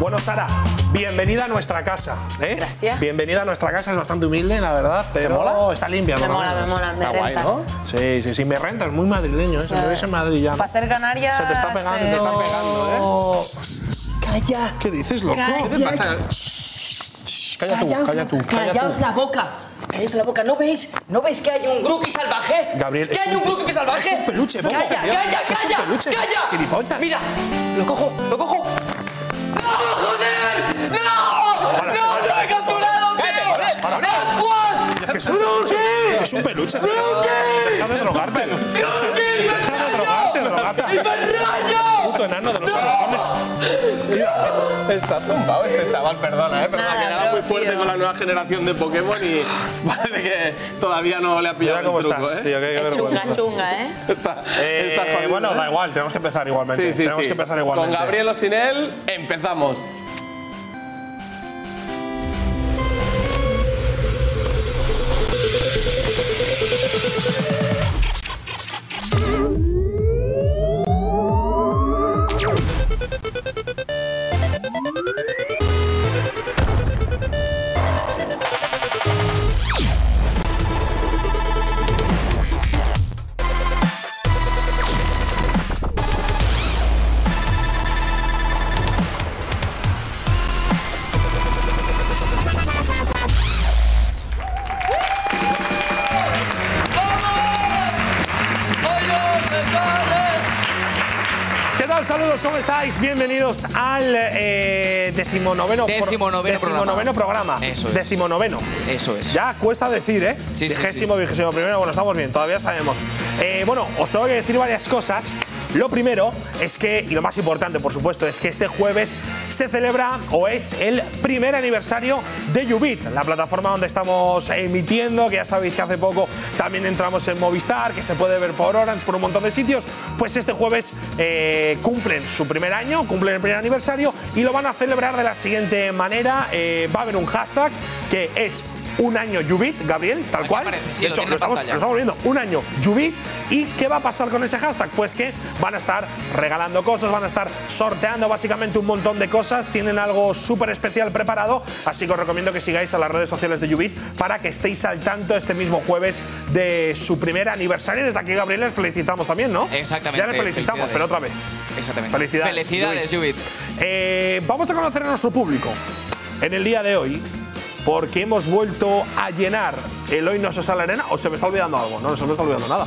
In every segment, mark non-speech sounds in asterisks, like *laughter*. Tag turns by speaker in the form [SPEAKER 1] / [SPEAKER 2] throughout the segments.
[SPEAKER 1] Bueno, Sara, bienvenida a nuestra casa. ¿eh?
[SPEAKER 2] Gracias.
[SPEAKER 1] Bienvenida a nuestra casa, es bastante humilde, la verdad, pero
[SPEAKER 3] mola?
[SPEAKER 1] está limpia.
[SPEAKER 2] Me
[SPEAKER 1] por lo
[SPEAKER 2] mola, me
[SPEAKER 1] menos.
[SPEAKER 2] mola, me
[SPEAKER 3] Está guay,
[SPEAKER 2] renta.
[SPEAKER 3] ¿no?
[SPEAKER 1] Sí, sí, sí, me renta, es muy madrileño, ¿eh?
[SPEAKER 2] O
[SPEAKER 1] Si
[SPEAKER 2] sea,
[SPEAKER 1] me ves en Madrid ya.
[SPEAKER 2] Para ser canaria.
[SPEAKER 1] Se te está pegando,
[SPEAKER 2] se-
[SPEAKER 1] te está
[SPEAKER 3] pegando,
[SPEAKER 1] ¿eh? Calla. ¿Qué dices, loco?
[SPEAKER 3] ¿Qué te pasa?
[SPEAKER 1] Shh, Calla tú, calla tú, calla
[SPEAKER 4] Callaos
[SPEAKER 1] tú.
[SPEAKER 4] la boca. Callaos la boca. ¿No veis? ¿No veis que hay un grupi salvaje?
[SPEAKER 1] Gabriel,
[SPEAKER 4] ¿Que
[SPEAKER 1] es
[SPEAKER 4] hay un,
[SPEAKER 1] un-
[SPEAKER 4] grupi salvaje?
[SPEAKER 1] es un peluche, bobo.
[SPEAKER 4] Calla, calla, calla,
[SPEAKER 1] Es un
[SPEAKER 4] calla.
[SPEAKER 1] peluche,
[SPEAKER 4] calla.
[SPEAKER 1] gilipollas.
[SPEAKER 4] Mira, lo cojo, lo cojo. ¡No, joder! ¡No!
[SPEAKER 1] Ahora,
[SPEAKER 4] ¡No, no me he capturado, tío!
[SPEAKER 1] ahora.
[SPEAKER 4] ¡Ascuas!
[SPEAKER 1] Es un peluche. Es un peluche. Deja de drogarte. Deja de drogarte, drogarte.
[SPEAKER 4] ¡Rayo!
[SPEAKER 1] Puto enano de los cojones.
[SPEAKER 3] Está zumbado este chaval, perdona, ¿eh? Perdona,
[SPEAKER 2] Nada,
[SPEAKER 3] que era
[SPEAKER 2] bro,
[SPEAKER 3] muy fuerte
[SPEAKER 2] tío.
[SPEAKER 3] con la nueva generación de Pokémon y *laughs* parece que todavía no le ha pillado
[SPEAKER 1] Mira cómo
[SPEAKER 3] el truco,
[SPEAKER 1] estás,
[SPEAKER 3] ¿eh?
[SPEAKER 1] tío. Qué, qué
[SPEAKER 2] Es
[SPEAKER 1] vergüenza.
[SPEAKER 2] chunga, chunga, ¿eh?
[SPEAKER 3] Está,
[SPEAKER 1] Eh,
[SPEAKER 3] está jodido,
[SPEAKER 1] bueno,
[SPEAKER 3] ¿eh?
[SPEAKER 1] da igual, tenemos que empezar igualmente.
[SPEAKER 3] Sí, sí,
[SPEAKER 1] tenemos
[SPEAKER 3] sí.
[SPEAKER 1] que empezar igualmente.
[SPEAKER 3] Con Gabriel o sin él, empezamos.
[SPEAKER 1] ¿Qué tal? Saludos, ¿cómo estáis? Bienvenidos al eh, decimonoveno, pro-
[SPEAKER 5] Decimonoveno programa.
[SPEAKER 1] decimonoveno programa.
[SPEAKER 5] Eso es.
[SPEAKER 1] Decimonoveno.
[SPEAKER 5] Eso es.
[SPEAKER 1] Ya cuesta decir, ¿eh?
[SPEAKER 5] Sí, sí,
[SPEAKER 1] Vigésimo, vigésimo primero. Bueno, estamos bien, todavía sabemos. Eh, bueno, os tengo que decir varias cosas. Lo primero es que, y lo más importante, por supuesto, es que este jueves se celebra o es el primer aniversario de Ubit, la plataforma donde estamos emitiendo, que ya sabéis que hace poco también entramos en Movistar, que se puede ver por Orange, por un montón de sitios. Pues este jueves eh, cumplen su primer año, cumplen el primer aniversario y lo van a celebrar de la siguiente manera. Eh, va a haber un hashtag que es un año Ubit, Gabriel, tal
[SPEAKER 5] Aquí
[SPEAKER 1] cual.
[SPEAKER 5] aparece, sí,
[SPEAKER 1] de
[SPEAKER 5] lo
[SPEAKER 1] hecho,
[SPEAKER 5] tiene
[SPEAKER 1] lo
[SPEAKER 5] en
[SPEAKER 1] estamos,
[SPEAKER 5] pantalla.
[SPEAKER 1] lo estamos viendo. Un año Ubit. ¿Y qué va a pasar con ese hashtag? Pues que van a estar regalando cosas, van a estar sorteando básicamente un montón de cosas. Tienen algo súper especial preparado. Así que os recomiendo que sigáis a las redes sociales de Ubit para que estéis al tanto este mismo jueves de su primer aniversario. Desde aquí, Gabriel, les felicitamos también, ¿no?
[SPEAKER 5] Exactamente.
[SPEAKER 1] Ya les felicitamos,
[SPEAKER 5] felicidades.
[SPEAKER 1] pero otra vez.
[SPEAKER 5] Exactamente.
[SPEAKER 1] Felicidades,
[SPEAKER 5] Felicidades, Jubit.
[SPEAKER 1] Eh, vamos a conocer a nuestro público en el día de hoy porque hemos vuelto a llenar el hoy no se sale arena o se me está olvidando algo. No, no se me está olvidando
[SPEAKER 5] *laughs*
[SPEAKER 1] nada.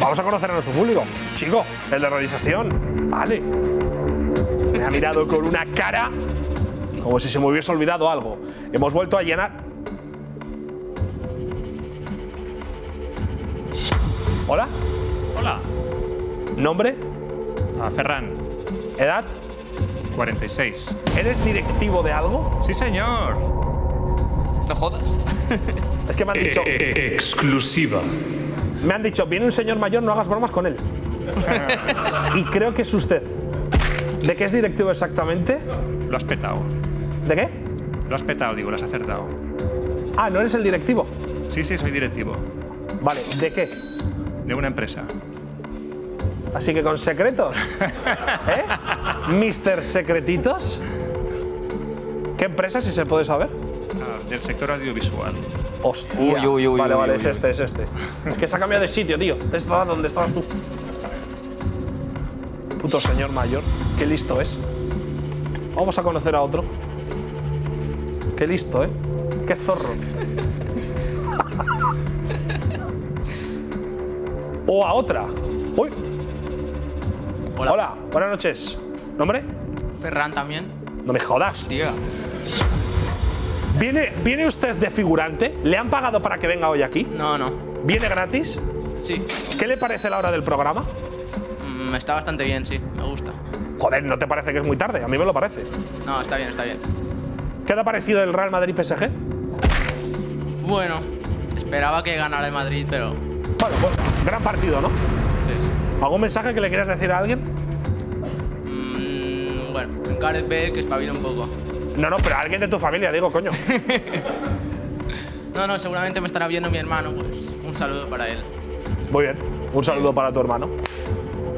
[SPEAKER 1] vamos a conocer a nuestro público. Chico, el de realización. Vale. Me ha mirado con una cara como si se me hubiese olvidado algo. Hemos vuelto a llenar. Hola.
[SPEAKER 6] Hola,
[SPEAKER 1] Nombre,
[SPEAKER 6] a Ferran,
[SPEAKER 1] edad,
[SPEAKER 6] 46.
[SPEAKER 1] eres directivo de algo.
[SPEAKER 6] Sí, señor.
[SPEAKER 5] No jodas.
[SPEAKER 1] Es que me han dicho.
[SPEAKER 6] Eh, exclusiva.
[SPEAKER 1] Me han dicho, viene un señor mayor, no hagas bromas con él. y creo que es usted. ¿De qué es directivo exactamente?
[SPEAKER 6] Lo has petado.
[SPEAKER 1] ¿De qué?
[SPEAKER 6] Lo has petado, digo, lo has acertado.
[SPEAKER 1] Ah, no eres el directivo.
[SPEAKER 6] Sí, sí, soy directivo
[SPEAKER 1] Vale, ¿de qué?
[SPEAKER 6] de una empresa.
[SPEAKER 1] Así que con secretos. ¿Eh? ¿Mister Secretitos? ¿Qué empresa, si se puede saber?
[SPEAKER 6] ah, del sector audiovisual.
[SPEAKER 1] Hostia.
[SPEAKER 5] Uy, uy, uy,
[SPEAKER 1] vale,
[SPEAKER 5] uy,
[SPEAKER 1] vale,
[SPEAKER 5] uy,
[SPEAKER 1] es
[SPEAKER 5] uy.
[SPEAKER 1] este, es este. Es que se ha cambiado de sitio, tío. Te estaba donde estabas tú. Puto señor mayor. Qué listo es. Vamos a conocer a otro. Qué listo, ¿eh? Qué zorro. o a otra. Uy. Hola. buenas noches. ¿Nombre?
[SPEAKER 5] Ferran también.
[SPEAKER 1] No me jodas.
[SPEAKER 5] Tía.
[SPEAKER 1] ¿Viene, ¿Viene usted de figurante? ¿Le han pagado para que venga hoy aquí?
[SPEAKER 7] No, no.
[SPEAKER 1] ¿Viene gratis?
[SPEAKER 7] Sí.
[SPEAKER 1] ¿Qué le parece la hora del programa?
[SPEAKER 7] Mm, está bastante bien, sí. Me gusta.
[SPEAKER 1] Joder, ¿no te parece que es muy tarde? A mí me lo parece.
[SPEAKER 7] No, está bien, está bien.
[SPEAKER 1] ¿Qué te ha parecido el Real Madrid PSG?
[SPEAKER 7] Bueno, esperaba que ganara el Madrid, pero.
[SPEAKER 1] Bueno, pues, gran partido, ¿no?
[SPEAKER 7] Sí, sí.
[SPEAKER 1] ¿Algún mensaje que le quieras decir a alguien?
[SPEAKER 7] Mm, bueno, en Gareth Bale que espabila un poco.
[SPEAKER 1] No, no, pero a alguien de tu familia, digo, coño.
[SPEAKER 7] No, no, seguramente me estará viendo mi hermano, pues un saludo para él.
[SPEAKER 1] Muy bien. Un saludo para tu hermano.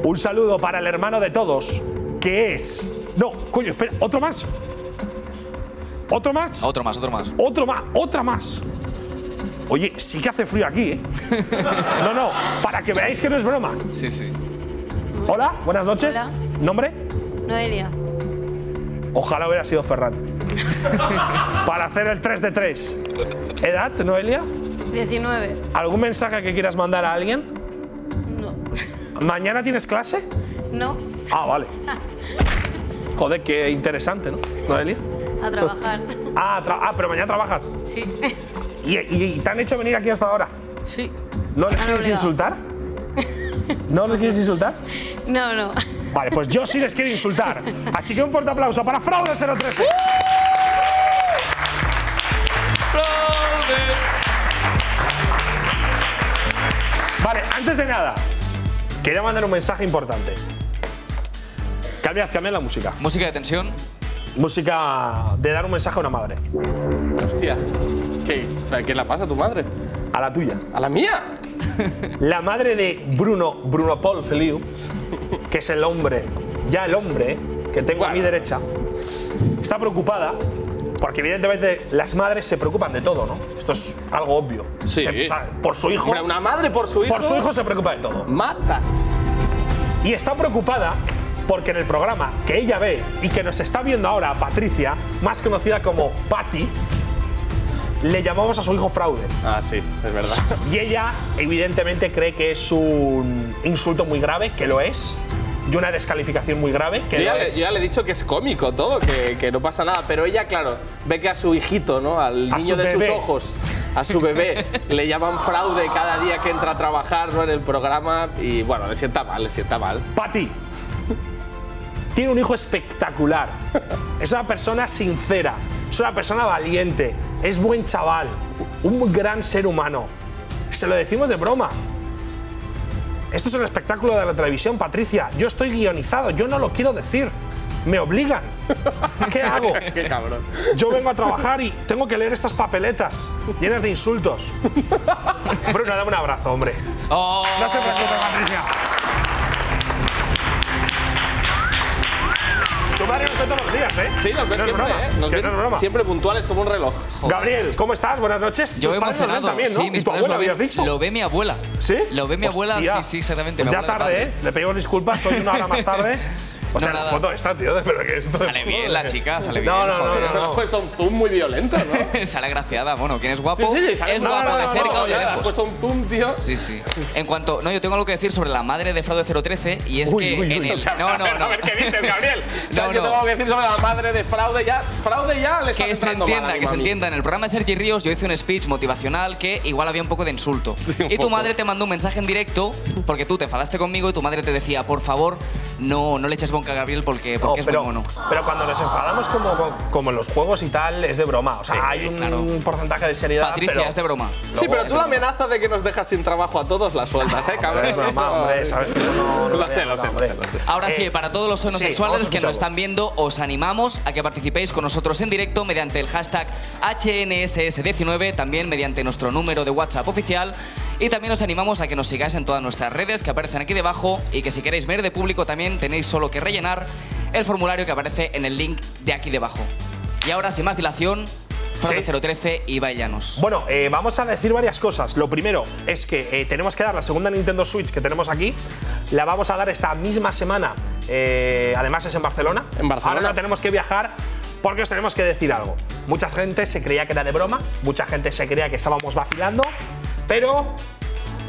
[SPEAKER 1] Un saludo para el hermano de todos, que es. No, coño, espera, otro más. ¿Otro más?
[SPEAKER 5] Otro más, otro más.
[SPEAKER 1] Otro más, otra más. Oye, sí que hace frío aquí,
[SPEAKER 5] *laughs*
[SPEAKER 1] ¿eh? No, no, para que veáis que no es broma.
[SPEAKER 5] Sí, sí.
[SPEAKER 1] Hola, buenas noches.
[SPEAKER 2] Hola.
[SPEAKER 1] ¿Nombre?
[SPEAKER 2] Noelia.
[SPEAKER 1] Ojalá hubiera sido
[SPEAKER 5] *laughs*
[SPEAKER 1] Ferran. para hacer el 3 de 3. ¿Edad, Noelia?
[SPEAKER 2] 19.
[SPEAKER 1] ¿Algún mensaje que quieras mandar a alguien?
[SPEAKER 2] No.
[SPEAKER 1] ¿Mañana tienes clase?
[SPEAKER 2] No.
[SPEAKER 1] Ah, vale. Joder, qué interesante, ¿no? Noelia.
[SPEAKER 2] A
[SPEAKER 1] *laughs*
[SPEAKER 2] trabajar.
[SPEAKER 1] Ah, tra- ah, pero mañana trabajas.
[SPEAKER 2] Sí.
[SPEAKER 1] ¿Y, y- y te han hecho venir aquí hasta ahora?
[SPEAKER 2] Sí.
[SPEAKER 1] ¿No les
[SPEAKER 2] Han
[SPEAKER 1] quieres
[SPEAKER 2] obligado.
[SPEAKER 1] insultar? ¿No les quieres insultar?
[SPEAKER 2] No, no.
[SPEAKER 1] Vale, pues yo sí les quiero insultar. Así que un fuerte aplauso para Fraude 013. Vale, antes de nada, quería mandar un mensaje importante. Cambiad, cambiad la música.
[SPEAKER 5] Música de tensión.
[SPEAKER 1] Música de dar un mensaje a una madre.
[SPEAKER 3] Hostia. ¿Qué, o sea, ¿Qué la pasa a tu madre?
[SPEAKER 1] A la tuya.
[SPEAKER 3] ¿A la mía?
[SPEAKER 1] La madre de Bruno, Bruno Paul Feliu, que es el hombre, ya el hombre eh, que tengo a mi
[SPEAKER 3] Bueno.
[SPEAKER 1] derecha, está preocupada porque evidentemente las madres se preocupan de todo, ¿no? Esto es algo obvio.
[SPEAKER 3] Sí.
[SPEAKER 1] Se- sa- por su hijo,
[SPEAKER 3] Hombre, una madre por su hijo.
[SPEAKER 1] por su hijo se preocupa de todo.
[SPEAKER 3] Mata.
[SPEAKER 1] Y está preocupada porque en el programa que ella ve y que nos está viendo ahora Patricia, más conocida como Patty, le llamamos a su hijo fraude.
[SPEAKER 3] Ah, sí, es verdad.
[SPEAKER 1] Y ella, evidentemente, cree que es un insulto muy grave, que lo es, y una descalificación muy grave, que lo
[SPEAKER 3] Yo *laughs* ya, le,
[SPEAKER 1] es.
[SPEAKER 3] yo ya le he dicho que es cómico todo, que, que no pasa nada, pero ella, claro, ve que a su hijito, ¿no? Al
[SPEAKER 1] A su
[SPEAKER 3] niño de sus
[SPEAKER 1] bebé.
[SPEAKER 3] ojos, a su bebé, le llaman fraude cada día que entra a trabajar ¿no? en el programa y bueno, le sienta mal, le sienta mal.
[SPEAKER 1] Pati tiene un hijo espectacular. Es una persona sincera, es una persona valiente, es buen chaval, un gran ser humano. Se lo decimos de broma. Esto es un espectáculo de la televisión, Patricia. Yo estoy guionizado, yo no lo quiero decir. Me
[SPEAKER 3] *laughs*
[SPEAKER 1] obligan. ¿Qué hago?
[SPEAKER 3] Qué cabrón.
[SPEAKER 1] Yo vengo a trabajar y tengo que leer estas papeletas llenas de insultos. Bruno, dame un abrazo, hombre.
[SPEAKER 5] Oh,
[SPEAKER 1] No se preocupe, Patricia. Tu madre nos ve todos los días, ¿eh?
[SPEAKER 3] Sí, nos ve
[SPEAKER 1] no es
[SPEAKER 3] siempre,
[SPEAKER 1] broma.
[SPEAKER 3] ¿eh? Nos
[SPEAKER 1] que
[SPEAKER 3] ve
[SPEAKER 1] no es broma.
[SPEAKER 3] siempre puntuales como un reloj.
[SPEAKER 1] Gabriel, ¿cómo estás? Buenas noches.
[SPEAKER 5] yo
[SPEAKER 1] Tus
[SPEAKER 5] veo
[SPEAKER 1] padres nos ven
[SPEAKER 5] emocionado.
[SPEAKER 1] también, ¿no?
[SPEAKER 5] Sí,
[SPEAKER 1] y
[SPEAKER 5] mis
[SPEAKER 1] tu
[SPEAKER 5] padres
[SPEAKER 1] abuela,
[SPEAKER 5] lo ven-
[SPEAKER 1] habías dicho.
[SPEAKER 5] Lo ve mi abuela.
[SPEAKER 1] ¿Sí?
[SPEAKER 5] Lo ve mi abuela,
[SPEAKER 1] Hostia.
[SPEAKER 5] sí, sí, exactamente.
[SPEAKER 1] Pues
[SPEAKER 5] mi
[SPEAKER 1] ya
[SPEAKER 5] abuela de
[SPEAKER 1] tarde, ¿eh?
[SPEAKER 5] padre.
[SPEAKER 1] Le pedimos disculpas, soy una hora más
[SPEAKER 5] *laughs*
[SPEAKER 1] tarde. Hostia, la
[SPEAKER 5] nada.
[SPEAKER 1] foto esta, tío, de verdad que esto.
[SPEAKER 5] Sale bien la chica, sale
[SPEAKER 1] No, no,
[SPEAKER 5] bien,
[SPEAKER 1] no,
[SPEAKER 3] *laughs*
[SPEAKER 1] no,
[SPEAKER 5] joder.
[SPEAKER 3] Nos
[SPEAKER 1] no.
[SPEAKER 3] has puesto un zoom muy violento,
[SPEAKER 1] *laughs*
[SPEAKER 3] ¿no?
[SPEAKER 5] *laughs* Sale agraciada, bueno, quien es guapo
[SPEAKER 3] Sí, sí, sí, sale
[SPEAKER 5] es
[SPEAKER 3] un-
[SPEAKER 5] guapo
[SPEAKER 1] no,
[SPEAKER 5] de
[SPEAKER 1] no,
[SPEAKER 5] cerca
[SPEAKER 1] no,
[SPEAKER 5] o de
[SPEAKER 1] ya,
[SPEAKER 3] Has
[SPEAKER 5] lejos.
[SPEAKER 3] puesto un zoom, tío.
[SPEAKER 5] Sí, sí. En cuanto. No, yo tengo algo que decir sobre la madre de Fraude 013 y es
[SPEAKER 1] Uy,
[SPEAKER 5] que.
[SPEAKER 1] uy, uy.
[SPEAKER 5] en el, no, no, no.
[SPEAKER 3] A ver qué dices,
[SPEAKER 5] *laughs*
[SPEAKER 3] Gabriel.
[SPEAKER 5] No,
[SPEAKER 3] ¿Sabes? Yo
[SPEAKER 5] no.
[SPEAKER 3] tengo algo que decir sobre la madre de fraude ya. Fraude ya le está
[SPEAKER 5] Que se
[SPEAKER 3] entrando
[SPEAKER 5] entienda,
[SPEAKER 3] mal a mi
[SPEAKER 5] que se
[SPEAKER 3] mami.
[SPEAKER 5] entienda. En el programa de Sergi Ríos yo hice un speech motivacional que igual había un poco de insulto.
[SPEAKER 3] Sí, un
[SPEAKER 5] y tu
[SPEAKER 3] poco.
[SPEAKER 5] madre te mandó un mensaje en directo porque tú te enfadaste conmigo y tu madre te decía, por favor, no, no le eches bonca a Gabriel porque,
[SPEAKER 1] No,
[SPEAKER 5] porque es
[SPEAKER 1] oh, pero,
[SPEAKER 5] muy mono.
[SPEAKER 1] pero cuando nos enfadamos como, como, en los juegos y tal, es de broma. O sea, hay un
[SPEAKER 5] claro.
[SPEAKER 1] porcentaje de seriedad.
[SPEAKER 5] Patricia,
[SPEAKER 1] pero
[SPEAKER 5] es de broma.
[SPEAKER 3] Sí, pero tú la
[SPEAKER 5] me
[SPEAKER 3] amenaza de que nos dejas sin trabajo a todos la sueltas, ¿eh, cabrón?
[SPEAKER 1] Es broma,
[SPEAKER 3] Eso-
[SPEAKER 1] hombre. Sabes que eso no- no
[SPEAKER 3] Lo
[SPEAKER 1] voy a
[SPEAKER 3] sé, lo sé,
[SPEAKER 1] hablar,
[SPEAKER 3] lo sé,
[SPEAKER 1] hombre.
[SPEAKER 3] lo sé.
[SPEAKER 5] Ahora
[SPEAKER 1] Eh,
[SPEAKER 5] sí, para todos los homosexuales
[SPEAKER 1] sí, vamos a
[SPEAKER 5] que nos
[SPEAKER 1] escucharlo.
[SPEAKER 5] están viendo, os animamos a que participéis con nosotros en directo mediante el hashtag HNSS19, también mediante nuestro número de WhatsApp oficial. Y también os animamos a que nos sigáis en todas nuestras redes que aparecen aquí debajo y que si queréis venir de público también tenéis solo que rellenar el formulario que aparece en el link de aquí debajo. Y ahora, sin más dilación, Fraude
[SPEAKER 1] Sí.
[SPEAKER 5] 013 y Baillanos.
[SPEAKER 1] Bueno, eh, vamos a decir varias cosas. Lo primero es que eh, tenemos que dar la segunda Nintendo Switch que tenemos aquí. La vamos a dar esta misma semana. Eh, además es en Barcelona.
[SPEAKER 3] En Barcelona.
[SPEAKER 1] Ahora no tenemos que viajar porque os tenemos que decir algo. Mucha gente se creía que era de broma, mucha gente se creía que estábamos vacilando, pero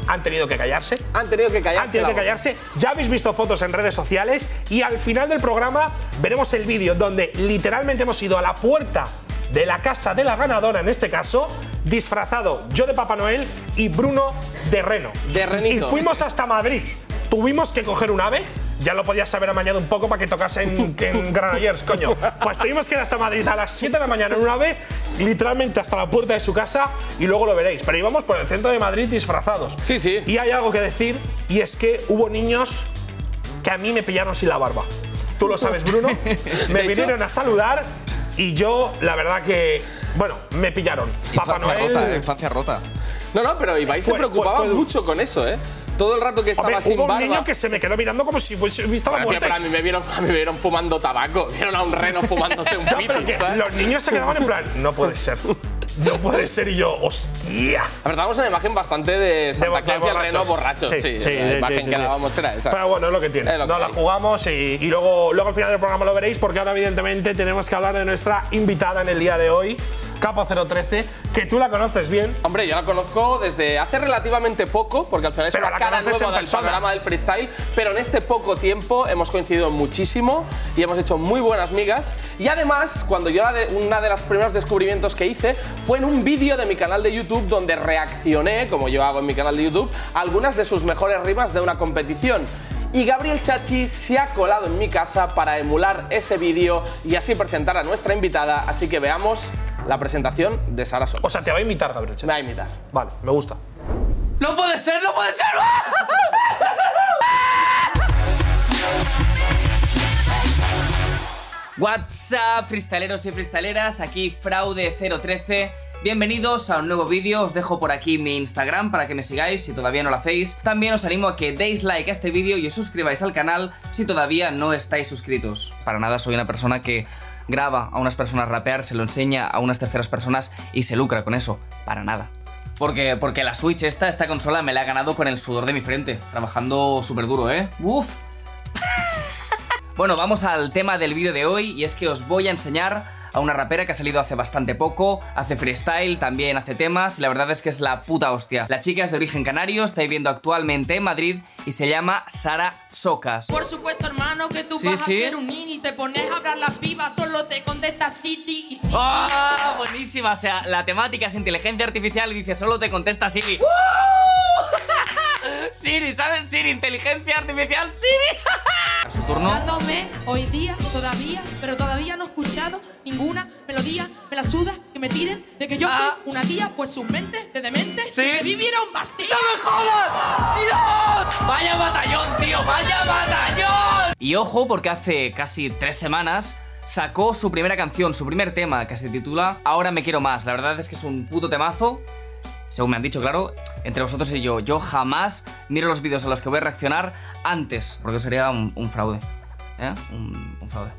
[SPEAKER 1] han tenido que callarse.
[SPEAKER 3] Han tenido que callarse.
[SPEAKER 1] Han tenido Ah, que
[SPEAKER 3] la boca.
[SPEAKER 1] callarse. Ya habéis visto fotos en redes sociales y al final del programa veremos el vídeo donde literalmente hemos ido a la puerta de la casa de la ganadora, en este caso, disfrazado yo de Papá Noel y Bruno de Reno.
[SPEAKER 3] De renito.
[SPEAKER 1] Y fuimos hasta Madrid. Tuvimos que coger un ave. Ya lo podías haber amañado un poco para que tocase en, que en Granollers, coño. Pues tuvimos que ir hasta Madrid a las 7 de la mañana en un ave, literalmente hasta la puerta de su casa, y luego lo veréis. Pero íbamos por el centro de Madrid disfrazados.
[SPEAKER 3] Sí, sí.
[SPEAKER 1] Y hay algo que decir, y es que hubo niños que a mí me pillaron sin la barba. Tú lo sabes,
[SPEAKER 3] *laughs*
[SPEAKER 1] Bruno. Me
[SPEAKER 3] hecho-
[SPEAKER 1] vinieron a saludar y yo, la verdad que, bueno, me pillaron. Papá
[SPEAKER 5] Infancia rota, eh,
[SPEAKER 1] Noel.
[SPEAKER 5] infancia rota.
[SPEAKER 3] No, no, pero Ibai se
[SPEAKER 1] Fue- fue-
[SPEAKER 3] preocupaba
[SPEAKER 1] fue duro.
[SPEAKER 3] mucho con eso, ¿eh? todo el rato que estaba
[SPEAKER 1] Hombre,
[SPEAKER 3] sin
[SPEAKER 1] hubo un
[SPEAKER 3] barba.
[SPEAKER 1] niño que se me quedó mirando como si fuese visto la
[SPEAKER 3] Pero, tío,
[SPEAKER 1] muerte.
[SPEAKER 3] pero a mí me vieron, a mí me vieron fumando tabaco, vieron a un reno fumándose
[SPEAKER 1] *laughs*
[SPEAKER 3] un
[SPEAKER 1] No, pero
[SPEAKER 3] piti.
[SPEAKER 1] que
[SPEAKER 3] ¿sabes?
[SPEAKER 1] los niños se quedaban en plan, no puede ser. No puede ser y yo, hostia.
[SPEAKER 3] A ver, dábamos una imagen bastante de Santa
[SPEAKER 1] De- de
[SPEAKER 3] Claus y el reno borrachos. Sí, la imagen
[SPEAKER 1] sí,
[SPEAKER 3] que
[SPEAKER 1] sí.
[SPEAKER 3] dábamos era esa.
[SPEAKER 1] Pero bueno, es lo que tiene.
[SPEAKER 3] Es lo que
[SPEAKER 1] no la
[SPEAKER 3] hay.
[SPEAKER 1] jugamos y, y luego, luego al final del programa lo veréis porque ahora evidentemente tenemos que hablar de nuestra invitada en el día de hoy, Capo 013, que tú la conoces bien.
[SPEAKER 3] Hombre, yo la conozco desde hace relativamente poco, porque al final es
[SPEAKER 1] Pero
[SPEAKER 3] una
[SPEAKER 1] la
[SPEAKER 3] cara
[SPEAKER 1] conoces en
[SPEAKER 3] nueva del
[SPEAKER 1] persona.
[SPEAKER 3] panorama del freestyle, pero en este poco tiempo hemos coincidido muchísimo y hemos hecho muy buenas migas. Y además, cuando yo la de, una de los primeros descubrimientos que hice fue en un vídeo de mi canal de YouTube donde reaccioné, como yo hago en mi canal de YouTube, a algunas de sus mejores rimas de una competición. Y Gabriel Chachi se ha colado en mi casa para emular ese vídeo y así presentar a nuestra invitada. Así que veamos la presentación de Sara Sol.
[SPEAKER 1] O sea, te va a imitar, Gabriel.
[SPEAKER 3] Me va a imitar.
[SPEAKER 1] Vale, me gusta.
[SPEAKER 8] ¡No puede ser, no puede ser! ¡Ah!
[SPEAKER 5] What's up, freestaleros y freestaleras, aquí Fraude013. Bienvenidos a un nuevo vídeo, os dejo por aquí mi Instagram para que me sigáis si todavía no lo hacéis. También os animo a que deis like a este vídeo y os suscribáis al canal si todavía no estáis suscritos. Para nada soy una persona que graba a unas personas rapear, se lo enseña a unas terceras personas y se lucra con eso. Para nada. Porque, porque la Switch esta, esta consola me la ha ganado con el sudor de mi frente, trabajando súper duro, ¿eh? ¡Uf! Bueno, vamos al tema del vídeo de hoy y es que os voy a enseñar a una rapera que ha salido hace bastante poco, hace freestyle, también hace temas y la verdad es que es la puta hostia. La chica es de origen canario, está viviendo actualmente en Madrid y se llama Sara Socas.
[SPEAKER 9] Por supuesto, hermano, que tú
[SPEAKER 5] Sí,
[SPEAKER 9] vas
[SPEAKER 5] sí.
[SPEAKER 9] a ser un niño y te pones a hablar las pibas, solo te contesta City y City.
[SPEAKER 5] ¡Ah! buenísima, o sea, la temática es inteligencia artificial y dice solo te contesta Siri. *laughs* Siri, ¿saben Siri? Inteligencia artificial,
[SPEAKER 9] *laughs*
[SPEAKER 5] Siri. Su turno.
[SPEAKER 9] Dándome hoy día, todavía, pero todavía no he escuchado ninguna melodía. Me la suda que me tiren de que yo
[SPEAKER 5] Ah.
[SPEAKER 9] soy una tía, pues sus mentes de demente
[SPEAKER 5] Sí.
[SPEAKER 9] que se vivieron vacías.
[SPEAKER 5] ¡Vaya batallón, tío! ¡Vaya batallón! Y ojo, porque hace casi tres semanas sacó su primera canción, su primer tema, que se titula Ahora me quiero más. La verdad es que es un puto temazo. Según me han dicho, claro, entre vosotros y yo, yo jamás miro los vídeos a los que voy a reaccionar antes, porque sería un, un fraude. ¿Eh? Un, un fraude.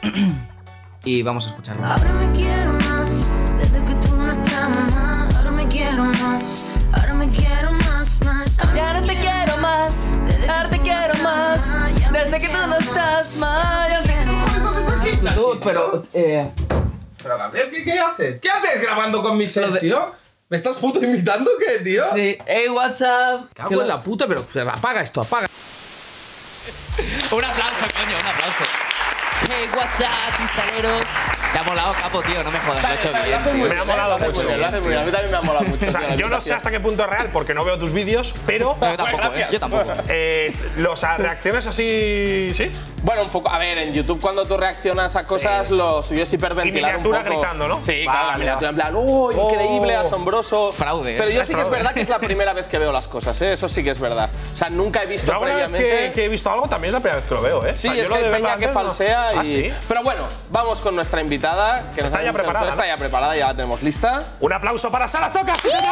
[SPEAKER 5] *clears throat* y vamos a escucharlo.
[SPEAKER 10] Ahora me quiero más, desde que tú no estás más. Ahora me quiero más, ahora me quiero más, más.
[SPEAKER 8] Ya no te quiero más, ya no te quiero más. Desde que tú no estás más, ya no te quiero
[SPEAKER 5] pero... eh,
[SPEAKER 3] Pero Gabriel, ¿qué, qué haces? ¿Qué haces grabando con mi set, tío? ¿Me estás puto imitando qué, tío?
[SPEAKER 5] sí.
[SPEAKER 8] Hey, what's up?
[SPEAKER 3] Cago en la puta, pero se apaga esto, apaga.
[SPEAKER 5] Un aplauso, coño, un aplauso.
[SPEAKER 8] Hey, what's up, cristaleros?
[SPEAKER 5] Te ha molado, capo, tío, no me jodas, lo he hecho bien. tío.
[SPEAKER 1] Me ha molado mucho.
[SPEAKER 3] Lo haces muy bien, a mí también me ha molado
[SPEAKER 1] *laughs*
[SPEAKER 3] mucho.
[SPEAKER 1] O sea, yo no sé hasta qué punto es real porque no veo tus vídeos, pero
[SPEAKER 5] No, yo tampoco, ¿eh? Yo tampoco.
[SPEAKER 1] eh, los a- reacciones así, ¿sí?
[SPEAKER 3] Bueno, un poco. A ver, en YouTube cuando tú reaccionas a cosas, lo suyo es hiperventilar.
[SPEAKER 1] Y miniatura
[SPEAKER 3] un poco.
[SPEAKER 1] gritando, ¿no?
[SPEAKER 3] Sí,
[SPEAKER 1] Vale,
[SPEAKER 3] claro, la
[SPEAKER 1] vale,
[SPEAKER 3] miniatura en
[SPEAKER 1] vale.
[SPEAKER 3] plan, ¡oh,
[SPEAKER 1] Oh.
[SPEAKER 3] increíble, asombroso!
[SPEAKER 5] Fraude, ¿eh?
[SPEAKER 3] Pero yo
[SPEAKER 1] Es
[SPEAKER 3] sí que es
[SPEAKER 1] fraude.
[SPEAKER 3] verdad que es la primera vez que veo las cosas, ¿eh? Eso sí que es verdad. O sea, nunca he visto
[SPEAKER 1] Yo alguna vez
[SPEAKER 3] previamente.
[SPEAKER 1] que, que he visto algo también es la primera vez que lo veo, ¿eh? O
[SPEAKER 3] Sí,
[SPEAKER 1] sea, yo
[SPEAKER 3] es
[SPEAKER 1] lo
[SPEAKER 3] que hay
[SPEAKER 1] de verlo
[SPEAKER 3] peña que
[SPEAKER 1] antes no-
[SPEAKER 3] falsea y.
[SPEAKER 1] Ah, ¿sí?
[SPEAKER 3] Pero bueno, vamos con nuestra invitada. Que nos
[SPEAKER 1] Está
[SPEAKER 3] ha
[SPEAKER 1] ya
[SPEAKER 3] dicho-
[SPEAKER 1] preparada, ¿no?
[SPEAKER 3] Está ya preparada, ya la tenemos lista.
[SPEAKER 1] Un aplauso para Sara Soca, sí, señor.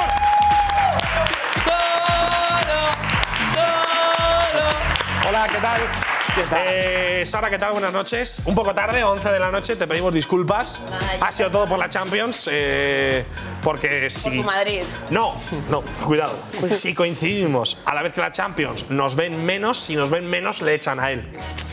[SPEAKER 1] Hola, ¿qué tal? Eh, Sara, ¿qué tal? Buenas noches. Un poco tarde, 11 de la noche, te pedimos disculpas. Ha sido todo por la Champions, eh, porque si…
[SPEAKER 11] tu Madrid.
[SPEAKER 1] No, no, cuidado. Si coincidimos a la vez que la Champions, nos ven menos, si nos ven menos, le echan a él.